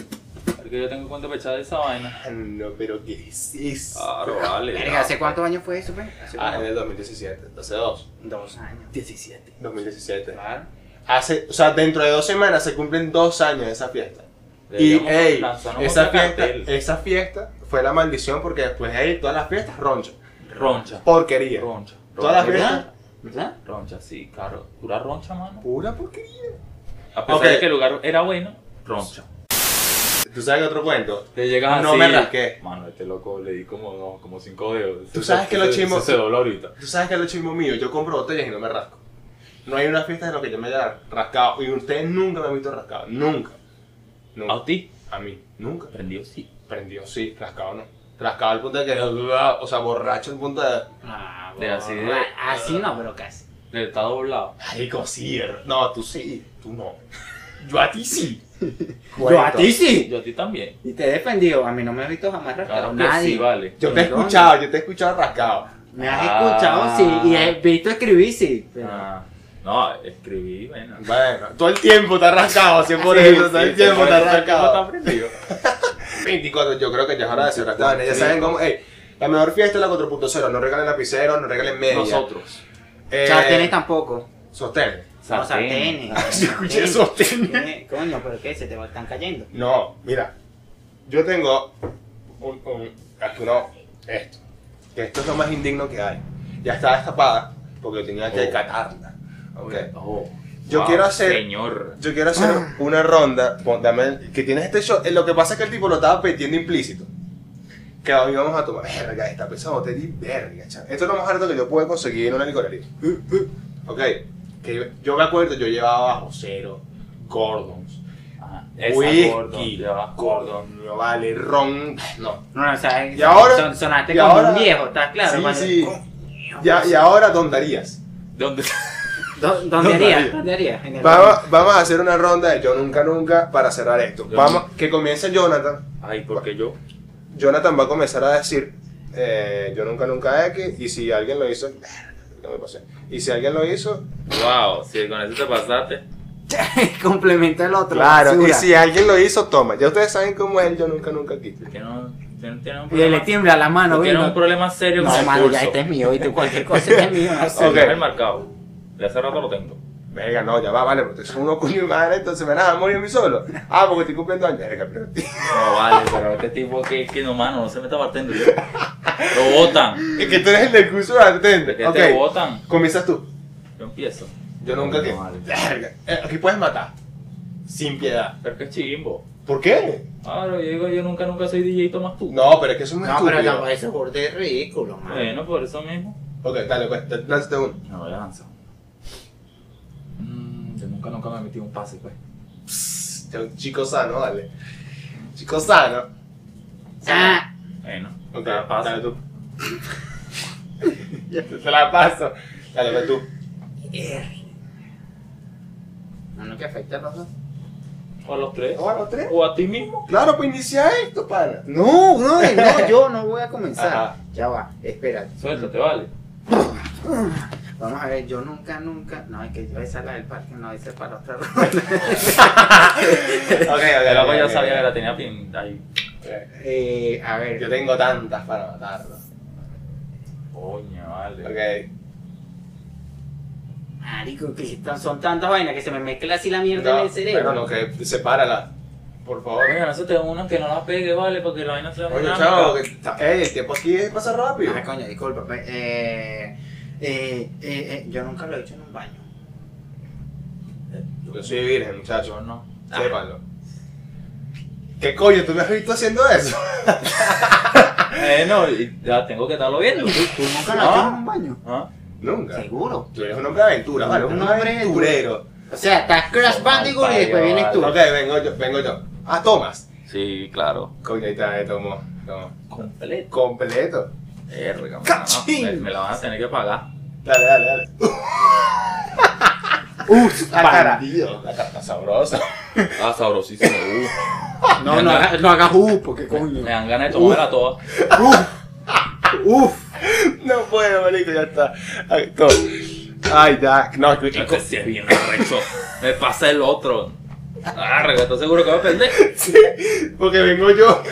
Speaker 2: Porque yo tengo cuento pechado de esa vaina.
Speaker 1: Ah, No, pero ¿qué es eso?
Speaker 2: Claro, vale.
Speaker 4: Verga, ¿hace cuántos años fue eso, pues? Hace
Speaker 1: Ah,
Speaker 4: como
Speaker 1: en el 2017, hace dos.
Speaker 4: dos años.
Speaker 2: 17.
Speaker 1: 2017.
Speaker 2: Claro.
Speaker 1: Hace, o sea, dentro de dos semanas se cumplen dos años de esa fiesta. Y,
Speaker 2: Deberíamos
Speaker 1: ey,
Speaker 2: lanzarnos
Speaker 1: esa
Speaker 2: otro
Speaker 1: fiesta, eh,
Speaker 2: cartel.
Speaker 1: esa fiesta fue la maldición porque después de ahí todas las fiestas roncha.
Speaker 2: Roncha.
Speaker 1: Porquería.
Speaker 2: Roncha.
Speaker 1: Todas las
Speaker 2: Roncha.
Speaker 1: fiestas.
Speaker 4: ¿Verdad?
Speaker 2: Roncha, sí, claro. Pura roncha, mano.
Speaker 1: Pura porquería.
Speaker 2: A pesar
Speaker 1: Ok.
Speaker 2: de que el lugar era bueno, roncha.
Speaker 1: ¿Tú sabes qué otro cuento?
Speaker 2: Te llegas
Speaker 1: No
Speaker 2: así.
Speaker 1: me rasqué.
Speaker 3: Mano, este loco le di como, no, como cinco dedos.
Speaker 1: Tú
Speaker 3: Ese-
Speaker 1: sabes que los
Speaker 3: ese-
Speaker 1: chimos-
Speaker 3: ese Se dobló ahorita.
Speaker 1: Tú sabes que es lo chismo mío, yo compro botellas y no me rasco. No hay una fiesta en la que yo me haya rascado y ustedes nunca me han visto rascado. Nunca.
Speaker 2: A
Speaker 1: Nunca.
Speaker 2: ti.
Speaker 1: A mí. Nunca.
Speaker 2: Prendió, sí.
Speaker 1: Prendió, sí, rascado no. Rascado al punto de que, o sea, borracho al punto de...
Speaker 4: Ah,
Speaker 2: De así de-
Speaker 4: borra- Así no, pero casi.
Speaker 2: Le está doblado.
Speaker 1: Marico, sí, er- no, tú sí, tú no. Yo a ti sí.
Speaker 4: Yo a ti sí.
Speaker 2: Yo a ti también.
Speaker 4: Y te he defendido. A mí no me has visto jamás rascado.
Speaker 2: Claro que
Speaker 4: Nadie.
Speaker 2: sí, vale.
Speaker 1: Yo te he escuchado, yo te he escuchado rascado.
Speaker 4: Me has
Speaker 2: Ah.
Speaker 4: escuchado, sí. Y he visto escribir, sí. pero-
Speaker 2: Ah, no, escribí, bueno.
Speaker 1: Bueno, todo el tiempo te has rascado, siempre por
Speaker 4: Sí,
Speaker 1: eso,
Speaker 4: sí,
Speaker 1: todo el
Speaker 4: sí,
Speaker 1: tiempo te has rascado.
Speaker 2: aprendido.
Speaker 1: 24, yo creo que ya es hora de cerrar esta vaina. Ya
Speaker 2: Sí.
Speaker 1: saben cómo, ey, la mejor fiesta es la 4.0, no regalen lapiceros, no regalen media.
Speaker 2: Nosotros.
Speaker 1: Eh,
Speaker 4: Sartenes tampoco.
Speaker 1: Sostenes.
Speaker 4: No, sartenes.
Speaker 1: Yo escuché sartenes.
Speaker 4: ¿Qué? Coño, pero ¿qué? Se te va- están cayendo.
Speaker 1: No, mira, yo tengo un, un- aquí uno, esto, que esto es lo más indigno que hay. Ya está destapada porque tenía que
Speaker 2: Oh.
Speaker 1: catarla. ok.
Speaker 2: Oh,
Speaker 1: Yo
Speaker 2: wow,
Speaker 1: quiero hacer-
Speaker 2: Señor.
Speaker 1: Yo quiero hacer una ronda, pon- dame el- que tienes este shot, eh, lo que pasa es que el tipo lo estaba pidiendo implícito. Que hoy vamos a tomar, verga, esta pesa botella y verga, chaval. Esto es lo más harto que yo pude conseguir en una licorería. Ok, que yo, yo me acuerdo, yo llevaba Josero, Gordons,
Speaker 2: Ajá. Ah, Esa Gordon,
Speaker 1: Whisky,
Speaker 2: ya va.
Speaker 1: Gordon, no vale, ron, no.
Speaker 4: No, no, o sea,
Speaker 1: Y ahora-
Speaker 4: son- sonaste
Speaker 1: y
Speaker 4: como
Speaker 1: ahora-
Speaker 4: un viejo, ¿estás claro?
Speaker 1: Sí,
Speaker 4: Cuando-
Speaker 1: sí.
Speaker 4: Coño,
Speaker 1: Ya, y ahora, ¿dónde darías?
Speaker 2: ¿Dónde?
Speaker 4: ¿Dó- ¿Dónde haría? ¿Dónde haría? En el baño.
Speaker 1: Vamos, vamos a hacer una ronda de Yo Nunca Nunca para cerrar esto.
Speaker 3: Yo
Speaker 1: Vamos, que comience Jonathan.
Speaker 2: Ay, porque yo.
Speaker 1: Jonathan va a comenzar a decir eh, Yo Nunca Nunca X y si alguien lo hizo, no me pasé. Y si alguien lo hizo,
Speaker 2: Wow, si con eso te pasaste.
Speaker 4: Complementa el otro.
Speaker 1: claro. Y eh.
Speaker 4: basura.
Speaker 1: si alguien lo hizo, toma. Ya ustedes saben cómo es el Yo Nunca Nunca Aquí.
Speaker 2: Que no, que no tiene un
Speaker 4: Y le
Speaker 2: problema.
Speaker 4: tiembla la mano,
Speaker 2: no tiene un
Speaker 4: vino.
Speaker 2: problema serio con
Speaker 4: No,
Speaker 2: el
Speaker 4: mano, ya
Speaker 2: pulso.
Speaker 4: este es mío y tú cualquier cosa este es mío.
Speaker 1: Ah, sí.
Speaker 2: Se me
Speaker 1: Ok.
Speaker 2: ha marcado. De hace rato lo tengo.
Speaker 1: Venga, no, ya va, vale, porque son unos coño de madre, entonces me van a morir a mí solo. Ah, porque estoy cumpliendo años. Verga, pero-
Speaker 2: No vale, pero este tipo que, que no, mano, no se meta partiendo. Lo botan.
Speaker 1: Es que tú eres el del curso de
Speaker 2: ¿De
Speaker 1: bartender.
Speaker 2: qué te
Speaker 1: Ok,
Speaker 2: botan?
Speaker 1: comienzas tú.
Speaker 2: Yo empiezo.
Speaker 1: Yo nunca que.
Speaker 3: No, vale.
Speaker 1: Verga. Eh, Aquí puedes matar. Sin piedad.
Speaker 2: Pero es que es chimbo.
Speaker 1: ¿Por qué?
Speaker 2: Ahora Ah, yo digo, yo nunca, nunca soy DJ Tomás tú.
Speaker 1: No, pero es que eso es muy
Speaker 4: No, pero
Speaker 1: estúpido.
Speaker 4: tampoco eso es burde ridículo, mano.
Speaker 2: Bueno, por eso mismo.
Speaker 1: Ok, dale, pues, te- lánzate uno.
Speaker 2: No voy a lanzar. Mm, yo nunca, nunca me he metido un pase, pues.
Speaker 1: Psst, ya un Chico sano, dale. Chico sano.
Speaker 4: Ah,
Speaker 2: Bueno,
Speaker 1: Ok,
Speaker 2: cada pase.
Speaker 1: dale tú. Se la paso. Dale, pues tú.
Speaker 4: er. Mano, que afecta a los dos.
Speaker 2: O a los tres.
Speaker 1: Bueno, tres.
Speaker 2: O a ti mismo.
Speaker 1: Claro, pues inicia esto, pana.
Speaker 4: No, no, no, yo no voy a comenzar.
Speaker 1: Ajá.
Speaker 4: Ya va, espérate.
Speaker 2: Suéltate, vale.
Speaker 4: Vamos a ver, yo nunca, nunca. No, es que esa es la del parque, no, esa es para la otra ronda.
Speaker 1: Ok, ok.
Speaker 2: El
Speaker 1: ok,
Speaker 2: agua pues ya
Speaker 1: ok,
Speaker 2: sabía que
Speaker 1: ok.
Speaker 2: la tenía pin- ahí.
Speaker 4: Eh, a
Speaker 1: Yo
Speaker 4: ver,
Speaker 1: tengo tantas para matarlo.
Speaker 2: Coño, vale.
Speaker 1: Ok.
Speaker 4: marico, que están- son tantas vainas que se me mezcla así la mierda en
Speaker 1: No,
Speaker 4: el cerebro.
Speaker 1: pero no, que sepárala. Por favor.
Speaker 2: Oye, no se te unan que no la pegue, vale, porque la vaina se va a
Speaker 1: Oye,
Speaker 2: dinámica.
Speaker 1: chavo, que está- ey, el tiempo aquí es- pasa rápido.
Speaker 4: Ah, coño, disculpa. pe- Eh, eh, eh, eh, yo nunca lo he hecho en un baño.
Speaker 1: Yo soy virgen,
Speaker 2: Yo
Speaker 1: muchacho.
Speaker 2: no.
Speaker 1: Sépanlo. ¿Qué coño? ¿Tú me has visto haciendo eso?
Speaker 2: Eh, no, y ya tengo que estarlo viendo.
Speaker 4: ¿Tú nunca lo has hecho en un baño?
Speaker 2: ¿Ah?
Speaker 1: Nunca.
Speaker 4: Seguro.
Speaker 1: Tú eres un hombre de aventura, vale. Un
Speaker 4: Un
Speaker 1: hombre
Speaker 4: hombre
Speaker 1: aventurero.
Speaker 4: O sea, estás Crash
Speaker 2: Oh,
Speaker 4: Bandicoot y
Speaker 2: vaya,
Speaker 4: después vienes tú.
Speaker 1: Ok, vengo yo, vengo yo. Ah, tomas.
Speaker 2: Sí, claro.
Speaker 1: Coño, ahí está, eh, tomo. tomo.
Speaker 2: Completo.
Speaker 1: Completo.
Speaker 2: Verga,
Speaker 1: ¡Cachín!
Speaker 2: me, me la van a tener que pagar.
Speaker 1: Dale, dale, dale.
Speaker 4: Uf, la cara.
Speaker 1: Bandido. La carta sabrosa.
Speaker 2: Ah, sabrosísimo. uh.
Speaker 4: Ah, No, no, haga- no hagas uh, porque coño.
Speaker 2: Me dan ganas de tomarla toda.
Speaker 4: Uf.
Speaker 1: No puedo, marico, ya está. Ay, todo. Ay, ya. No, escucha.
Speaker 2: Este sí es bien arrecho. Me pasa el otro. Arrega, ¿estás seguro que va a perder?
Speaker 1: Porque vengo yo.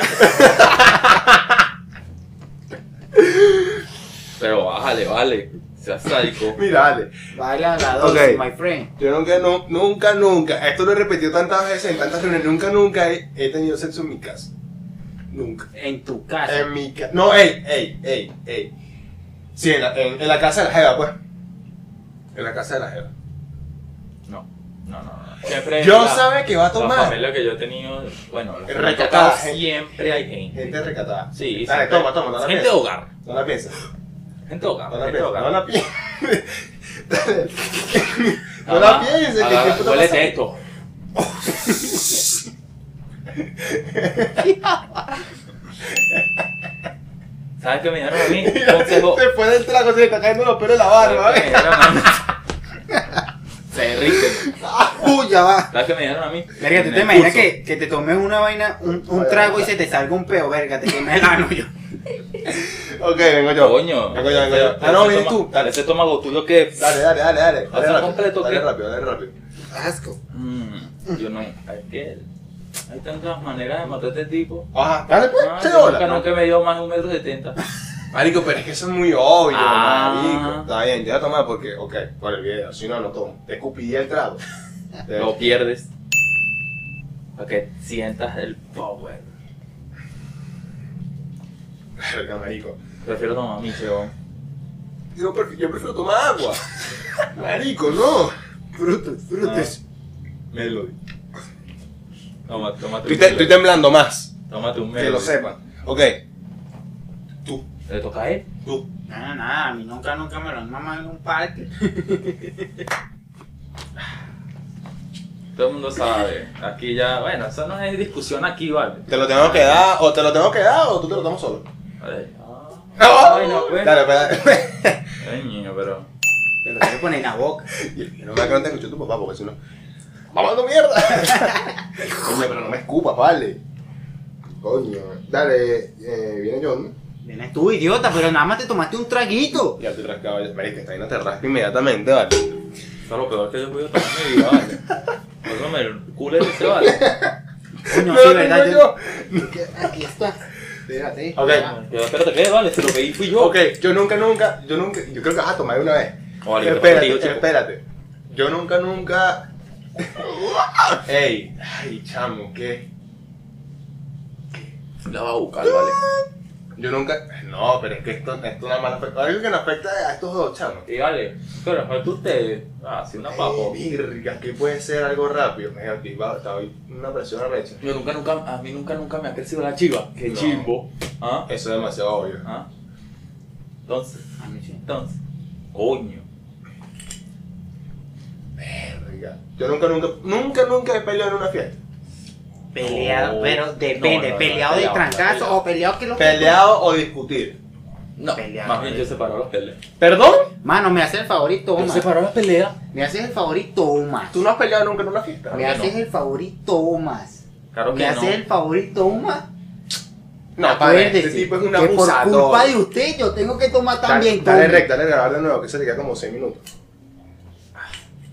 Speaker 2: Pero bájale, vale. Seas sádico.
Speaker 1: Mira, dale.
Speaker 4: Baila la dos,
Speaker 1: Ok.
Speaker 4: my friend.
Speaker 1: Yo nunca, nu- nunca, nunca, esto lo he repetido tantas veces en tantas reuniones, nunca, nunca he, he tenido sexo en mi casa. Nunca.
Speaker 4: En tu
Speaker 2: Ah,
Speaker 4: casa.
Speaker 1: En mi casa. No, ey, ey, ey, ey. Sí, en la, en, en la casa de la Jeva, pues. En la casa de la Jeva.
Speaker 2: No, no, no. no. Siempre
Speaker 1: Yo
Speaker 2: Eh, la-
Speaker 1: sabe que va a
Speaker 2: La
Speaker 1: tomar.
Speaker 2: familia que yo he tenido, bueno, los
Speaker 1: Recatada,
Speaker 2: recatada,
Speaker 1: gente.
Speaker 2: siempre hay gente.
Speaker 1: Gente recatada.
Speaker 2: Sí,
Speaker 1: Dale,
Speaker 2: siempre-
Speaker 1: toma, toma, no la
Speaker 2: Gente
Speaker 1: pienses.
Speaker 2: de hogar.
Speaker 1: No la piensas.
Speaker 2: Gente de hogar.
Speaker 1: No la
Speaker 2: gente de
Speaker 1: piensas.
Speaker 2: hogar.
Speaker 1: No la piensas. Dale.
Speaker 2: Ah,
Speaker 1: No la pienses. que- que
Speaker 2: Agarra,
Speaker 1: puta
Speaker 2: huélete
Speaker 1: pasa.
Speaker 2: esto. ¿Sabes qué me dieron a mí? Un Consejo.
Speaker 1: Después del trago se le está cayendo los pelos de la barba,
Speaker 2: ¿Sabes qué
Speaker 1: ¿eh?
Speaker 2: me dieron a mí? ¿eh? Se ríen.
Speaker 4: Uy, ya va.
Speaker 2: ¿Sabes qué me dieron a mí?
Speaker 4: Verga, ¿tú
Speaker 2: En
Speaker 4: te
Speaker 2: el
Speaker 4: imaginas
Speaker 2: curso.
Speaker 4: que, que te tomes una vaina, un, un
Speaker 1: Vaya,
Speaker 4: trago y
Speaker 1: vaya.
Speaker 4: se te salga un peo, verga, te quemas el ano yo.
Speaker 1: Ok, vengo yo.
Speaker 2: Coño.
Speaker 1: Vengo yo, vengo yo. Ah, no, vienes tú.
Speaker 2: Dale, ese estómago tuyo que.
Speaker 1: Dale, dale, dale, dale.
Speaker 2: ¿Hacer
Speaker 1: Dale rápido,
Speaker 2: completo o
Speaker 1: dale
Speaker 2: qué?
Speaker 1: rápido, dale rápido.
Speaker 4: Asco.
Speaker 2: Mm, yo no. Es que hay tantas maneras de matar a este tipo.
Speaker 1: Ajá, dale pues,
Speaker 2: Ah,
Speaker 1: se
Speaker 2: yo
Speaker 1: hola.
Speaker 2: nunca, nunca me dio más de un metro setenta.
Speaker 1: Marico, pero es que eso es muy obvio,
Speaker 2: Ah.
Speaker 1: marico. Está bien, ya tomar porque, ok, por el video, si no, no tomo. Te escupiría el trago. Te-
Speaker 2: Lo pierdes. Para que sientas el power.
Speaker 1: Verga, marico.
Speaker 2: Prefiero tomar mi chevón.
Speaker 1: Yo prefiero, yo prefiero tomar agua. Marico, no. Frutas, frutas.
Speaker 2: Ah.
Speaker 1: Melody.
Speaker 2: Toma, tómate
Speaker 1: Estoy, te- estoy temblando más,
Speaker 2: Tómate un
Speaker 1: que
Speaker 2: medio.
Speaker 1: lo sepan. Ok. Tú,
Speaker 2: ¿Le toca a él?
Speaker 1: tú.
Speaker 4: Nada, nada, a mí nunca, nunca me lo han mamado en un parque.
Speaker 2: Todo el mundo sabe. Aquí ya, bueno, eso no es discusión aquí, ¿vale?
Speaker 1: Te lo tengo que
Speaker 2: Ah,
Speaker 1: dar, o te lo tengo que dar, o tú te lo tomas solo.
Speaker 2: A ver. Ah, bueno, pues.
Speaker 1: Dale, pues, dale.
Speaker 2: Ay, niño, pero.
Speaker 4: Te lo tienes que poner en la boca.
Speaker 1: Y el que no me da que no te escuchó tu papá, porque si no. ¡Mamando mierda! Coño, pero no me escupas, vale. Coño, dale, eh, viene John.
Speaker 4: Vienes tú, idiota, pero nada más te tomaste un traguito.
Speaker 1: Ya te rascaba, ya- marica, esta vaina te rasca inmediatamente, vale.
Speaker 2: Eso es lo peor que yo he podido tomar en mi vida, vale. Por eso me culé ese, vale.
Speaker 4: Coño,
Speaker 1: No,
Speaker 4: sí,
Speaker 1: no,
Speaker 4: ¿verdad?
Speaker 1: no,
Speaker 4: Yo- Aquí está. Espérate.
Speaker 1: Ok.
Speaker 4: Ya.
Speaker 2: Pero espérate, ¿qué? Vale, si lo pedí fui yo.
Speaker 1: Ok, yo nunca, nunca, yo nunca, yo creo que vas a tomar de una vez.
Speaker 2: Vale,
Speaker 1: espérate,
Speaker 2: yo te digo, chico.
Speaker 1: espérate. Yo nunca, nunca. Ey, ay, chamo, ¿qué?
Speaker 2: La va a buscar, vale.
Speaker 1: Yo nunca. No, pero es que esto, esto nada más afecta. Algo que nos afecta a estos dos, chamo.
Speaker 2: Y vale, pero falta usted. Ah, sí, una papo.
Speaker 1: Ey, virga, que puede ser algo rápido. Me estaba una presión arrecha.
Speaker 2: Yo nunca, nunca, a mí nunca, nunca me ha crecido la chiva. Qué
Speaker 1: No.
Speaker 2: chimbo. ¿Ah?
Speaker 1: Eso es demasiado obvio.
Speaker 2: ¿Ah? Entonces,
Speaker 4: Ah, me siento.
Speaker 2: entonces. Coño.
Speaker 1: Verga. Yo nunca, nunca, nunca, nunca he peleado en una fiesta.
Speaker 4: Peleado,
Speaker 2: No.
Speaker 4: pero
Speaker 2: No, no,
Speaker 4: depende.
Speaker 2: no,
Speaker 4: Peleado de
Speaker 2: peleado,
Speaker 4: trancazo
Speaker 2: peleado.
Speaker 4: o peleado que lo
Speaker 1: Peleado o discutir.
Speaker 2: No,
Speaker 4: Pelear.
Speaker 2: más bien yo separo las peleas.
Speaker 1: ¿Perdón?
Speaker 4: Mano, me haces el favorito,
Speaker 2: Yo
Speaker 4: Omar.
Speaker 2: separo las peleas.
Speaker 4: Me haces el favorito, más.
Speaker 1: ¿Tú no has peleado nunca en una fiesta?
Speaker 4: Me
Speaker 2: Claro que
Speaker 4: haces el favorito, más.
Speaker 2: Claro
Speaker 4: Me
Speaker 2: que
Speaker 4: haces
Speaker 2: no.
Speaker 4: el favorito, más.
Speaker 1: No, padre,
Speaker 4: Acuérdese
Speaker 1: este tipo es un
Speaker 4: que por
Speaker 1: abusador.
Speaker 4: culpa de usted yo tengo que tomar también.
Speaker 1: Dale, dale
Speaker 4: coño.
Speaker 1: rec, dale grabar de nuevo, que se le queda como 6 minutos.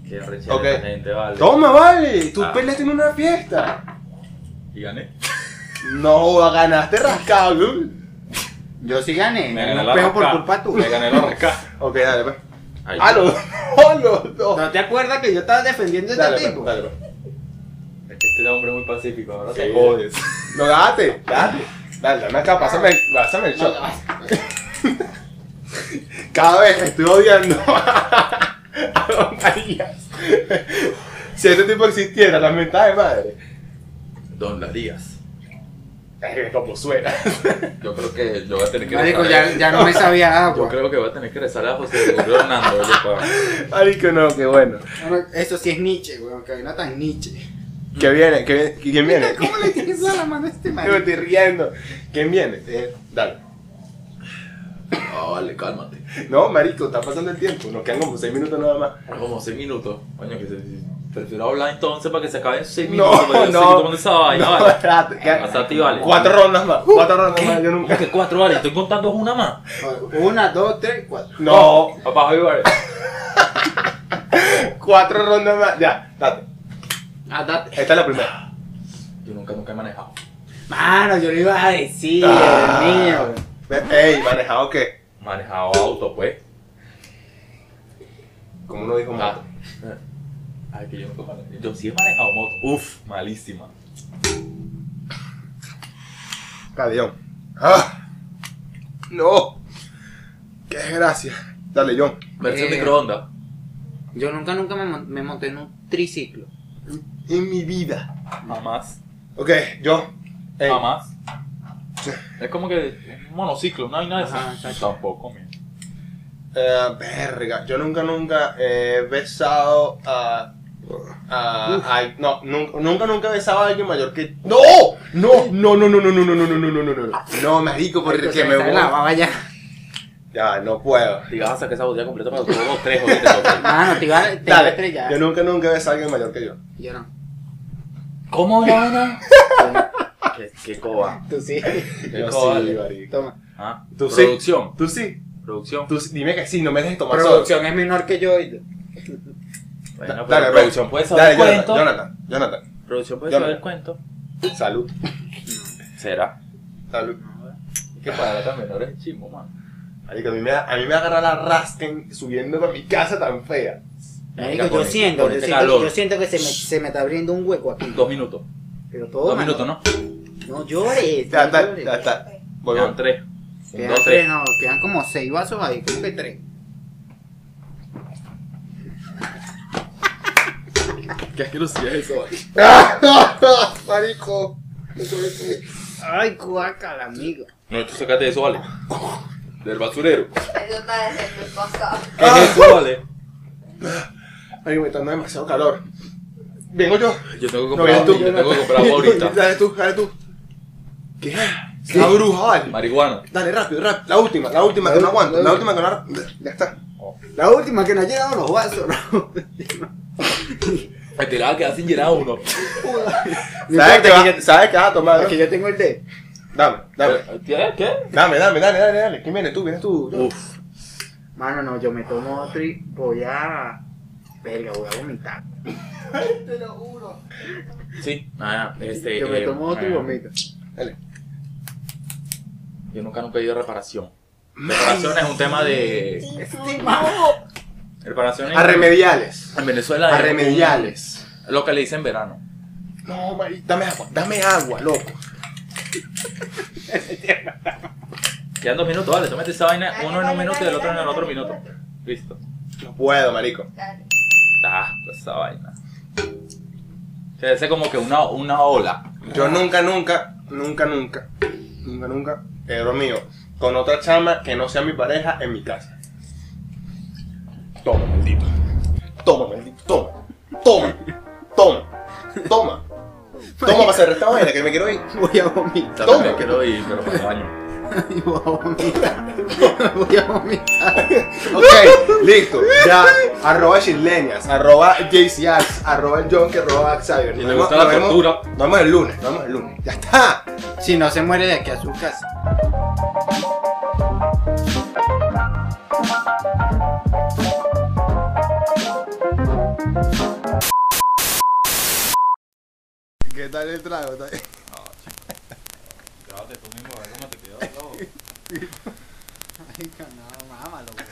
Speaker 2: Qué rechera
Speaker 1: Ok.
Speaker 2: esta gente, vale.
Speaker 1: Toma, vale, tú
Speaker 2: Ah.
Speaker 1: peleaste en una fiesta.
Speaker 2: Y gané.
Speaker 1: No, joda, ganaste rascado. ¿no?
Speaker 4: Yo sí gané.
Speaker 2: Me
Speaker 4: Me
Speaker 2: gané
Speaker 4: gané
Speaker 2: la
Speaker 4: por
Speaker 2: rascada.
Speaker 4: culpa tuya.
Speaker 3: Me gané la rascada.
Speaker 1: Ok, dale, pues.
Speaker 2: Ay,
Speaker 1: Ah, los dos, los dos.
Speaker 4: ¿No te acuerdas que yo estaba defendiendo a este
Speaker 1: Dale,
Speaker 4: tipo?
Speaker 1: pues, dale, pues.
Speaker 2: Es que este hombre es muy pacífico, ahora
Speaker 1: Te
Speaker 2: te
Speaker 1: jodes. No, date, date. Dale, dame acá, pásame, el- pásame el
Speaker 4: No, pues.
Speaker 1: shot.
Speaker 4: no, no.
Speaker 1: Cada vez estoy odiando a Don Marías. Si este tipo existiera, la mitad de madre.
Speaker 3: Don Larías.
Speaker 1: Ay, como suena.
Speaker 3: Yo creo que yo voy a tener que
Speaker 4: Marico,
Speaker 3: rezarle-
Speaker 4: ya, ya no me sabía ah, pues.
Speaker 3: Yo
Speaker 4: agua.
Speaker 3: creo que voy a tener que rezarle a José Gregorio Hernando, oye, pa.
Speaker 1: Ay, que no, qué bueno.
Speaker 4: Ahora, Eso sí es Nietzsche, weón, que no tan Nietzsche.
Speaker 1: Que viene, que viene, ¿quién viene?
Speaker 4: ¿Cómo le tienes a la mano a este
Speaker 1: Yo me
Speaker 4: marico?
Speaker 1: estoy riendo. ¿Quién viene? Eh, dale.
Speaker 3: Ah, vale, cálmate.
Speaker 1: No, marico, está pasando el tiempo. Nos quedan como 6 minutos nada más.
Speaker 2: Como 6 minutos. Coño, que se, prefiero hablar entonces para que se acaben 6
Speaker 1: No,
Speaker 2: minutos. para yo
Speaker 1: no.
Speaker 2: seguir tomando esa vaina,
Speaker 1: No,
Speaker 2: vale.
Speaker 1: espérate, que-
Speaker 2: Hasta ti, vale. Uh,
Speaker 1: Cuatro rondas más. Cuatro rondas
Speaker 2: ¿Qué?
Speaker 1: más. Yo
Speaker 2: ¿Cómo
Speaker 1: nunca.
Speaker 2: que 4 vale? Estoy contando una más.
Speaker 4: Una, dos, tres, cuatro.
Speaker 1: No,
Speaker 2: Papá, ahí vale.
Speaker 1: cuatro rondas más. Ya, date.
Speaker 4: Ah, date.
Speaker 1: Esta es la primera.
Speaker 2: Yo nunca, nunca he manejado.
Speaker 4: Mano, yo le iba a decir,
Speaker 1: Ah.
Speaker 4: el mío.
Speaker 1: Ey, manejado qué?
Speaker 2: Manejado auto, pues.
Speaker 1: Como uno dijo
Speaker 2: Ah.
Speaker 1: moto.
Speaker 2: Ay, que yo nunca he manejado. Yo sí he manejado moto. Uf, malísima.
Speaker 1: Dale, John. Ah, no. Qué desgracia. Dale, John.
Speaker 2: Versión
Speaker 4: Eh.
Speaker 2: microondas.
Speaker 4: Yo nunca, nunca me, mon- me monté en un triciclo.
Speaker 1: En mi vida.
Speaker 2: Jamás.
Speaker 1: Ok, yo. Ey,
Speaker 2: Jamás. Es como que un monociclo, no hay nada de eso.
Speaker 4: Ajá, exacto.
Speaker 2: Tampoco, mira.
Speaker 1: eh, verga. Yo nunca, nunca he besado a. a- a- no, nunca, nunca, nunca he besado a alguien mayor que. ¡No! No, no, no, no, no, no, no, no, no, no, no, no, no. No, marico, porque
Speaker 4: Marico, se
Speaker 1: me
Speaker 4: sale
Speaker 1: voy.
Speaker 4: la baba ya.
Speaker 1: Ya, no puedo.
Speaker 2: Digas a sacar esa botella completa para todos los tres, jodete.
Speaker 4: Mano, te iba a, te iba a
Speaker 1: Dale.
Speaker 4: estrellar.
Speaker 1: Yo nunca, nunca he besado a alguien mayor que yo.
Speaker 4: Yo no.
Speaker 2: ¿Cómo era una? qué, qué coba.
Speaker 4: Tú sí.
Speaker 1: Yo
Speaker 2: cobarde.
Speaker 1: sí, marico.
Speaker 4: Toma.
Speaker 2: ¿Ah?
Speaker 1: Tú sí.
Speaker 2: Producción.
Speaker 1: Tú sí.
Speaker 2: Producción.
Speaker 1: Tú sí. Dime que sí, no me dejes tomar solo.
Speaker 4: Producción es menor que yo. y-
Speaker 2: Bueno,
Speaker 1: Da-
Speaker 2: pero
Speaker 1: dale,
Speaker 2: producción
Speaker 1: Rey.
Speaker 2: puede
Speaker 1: Dale,
Speaker 2: saber el
Speaker 1: Jonathan,
Speaker 2: cuento.
Speaker 1: Jonathan, Jonathan.
Speaker 2: Producción puede
Speaker 1: Jonathan.
Speaker 2: saber el cuento.
Speaker 1: Salud.
Speaker 2: ¿Será?
Speaker 1: Salud.
Speaker 2: Es que para las menores es chimbo, man.
Speaker 1: Marico, a mí me, a mí me agarra la rasquen subiendo para mi casa tan fea.
Speaker 4: Marico,
Speaker 2: Con
Speaker 4: yo
Speaker 2: este-
Speaker 4: siento,
Speaker 2: con
Speaker 4: yo
Speaker 2: este
Speaker 4: siento,
Speaker 2: calor.
Speaker 4: yo siento que se me, se me está abriendo un hueco aquí.
Speaker 2: Dos minutos.
Speaker 4: Pero todo.
Speaker 2: Dos
Speaker 4: mano.
Speaker 2: minutos, ¿no?
Speaker 4: No llores.
Speaker 1: Ya
Speaker 4: no
Speaker 1: está,
Speaker 4: llores.
Speaker 1: ya está. Voy,
Speaker 2: Quedan
Speaker 1: voy.
Speaker 2: tres. Un,
Speaker 4: Quedan
Speaker 2: dos,
Speaker 4: tres,
Speaker 2: tres.
Speaker 4: no, quedan como seis vasos ahí, como que tres.
Speaker 3: Qué asquerosidad es eso, vale.
Speaker 1: Marico.
Speaker 4: Ay, cuácala, amigo.
Speaker 2: No, tú sacate eso, vale.
Speaker 3: Del basurero.
Speaker 5: anécdota desde el pasado.
Speaker 2: ¿Qué es eso, vale?
Speaker 1: Marico, me está dando demasiado calor. Vengo yo.
Speaker 3: Yo tengo que
Speaker 1: No,
Speaker 3: comprar,
Speaker 1: vienes tú.
Speaker 3: yo tengo que comprar agua ahorita.
Speaker 1: Dale tú, dale tú. ¿Qué? Está brujal.
Speaker 2: Marihuana.
Speaker 1: Dale, rápido, rápido. La última, la última que no aguanto. La última que no aguanto. Ya está.
Speaker 4: La última que nos llegaron los vasos, ¿no?
Speaker 2: Me tiraba que sin llenar uno.
Speaker 1: ¿Sabes que, va- sabes que vas a tomar?
Speaker 4: Es que
Speaker 1: ¿no?
Speaker 4: yo tengo el té.
Speaker 1: Dame, dame.
Speaker 2: ¿Qué? ¿Qué?
Speaker 1: Dame, dame, dale, dale, dale. ¿Quién viene? Tú, vienes tú. yo.
Speaker 2: Uf.
Speaker 4: Mano, no, yo me tomo otro y voy a. Verga, voy a vomitar.
Speaker 5: Te lo juro.
Speaker 2: Sí. Nada, este.
Speaker 4: yo me
Speaker 2: eh,
Speaker 4: tomo otro y
Speaker 2: eh,
Speaker 4: vomito.
Speaker 1: Dale.
Speaker 2: Yo nunca no he pedido reparación. Reparación es un tema de. Reparación en-
Speaker 1: A remediales.
Speaker 2: En Venezuela.
Speaker 1: A
Speaker 2: es un-
Speaker 1: remediales.
Speaker 2: Lo que le dicen verano.
Speaker 1: No, Mari, dame agua, dame agua, loco.
Speaker 2: Quedan dos minutos, vale. Tómate esa vaina.
Speaker 5: Dale,
Speaker 2: Uno en un
Speaker 5: dale,
Speaker 2: minuto y
Speaker 5: dale,
Speaker 2: el otro en el
Speaker 5: dale,
Speaker 2: otro
Speaker 5: dale.
Speaker 2: minuto. Listo.
Speaker 1: No puedo, marico.
Speaker 5: Dale.
Speaker 2: Ah, pues esa vaina. Se hace como que una, una ola.
Speaker 1: Yo nunca, nunca, nunca, nunca, nunca, nunca he dormido con otra chama que no sea mi pareja en mi casa. Toma, maldito. Toma, maldito. Toma. Toma. Toma. Toma. Toma para cerrar esta vaina que me quiero ir.
Speaker 4: Voy a vomitar.
Speaker 2: Yo
Speaker 1: Toma.
Speaker 2: también quiero ir, pero para el baño.
Speaker 4: Voy a vomitar. Voy a vomitar.
Speaker 1: Ok, listo. Ya, arroba chileñas, arroba JCX, arroba el John, que arroba Xavier.
Speaker 2: Y
Speaker 1: Nos
Speaker 2: le
Speaker 1: vemos-
Speaker 2: gusta la
Speaker 1: nos vemos-
Speaker 2: tortura.
Speaker 1: Nos vemos el lunes, nos vemos el lunes. Ya está.
Speaker 4: Si no se muere de aquí a su casa.
Speaker 1: ¿Qué tal el trago?
Speaker 4: Ay, no, mámalo, güey.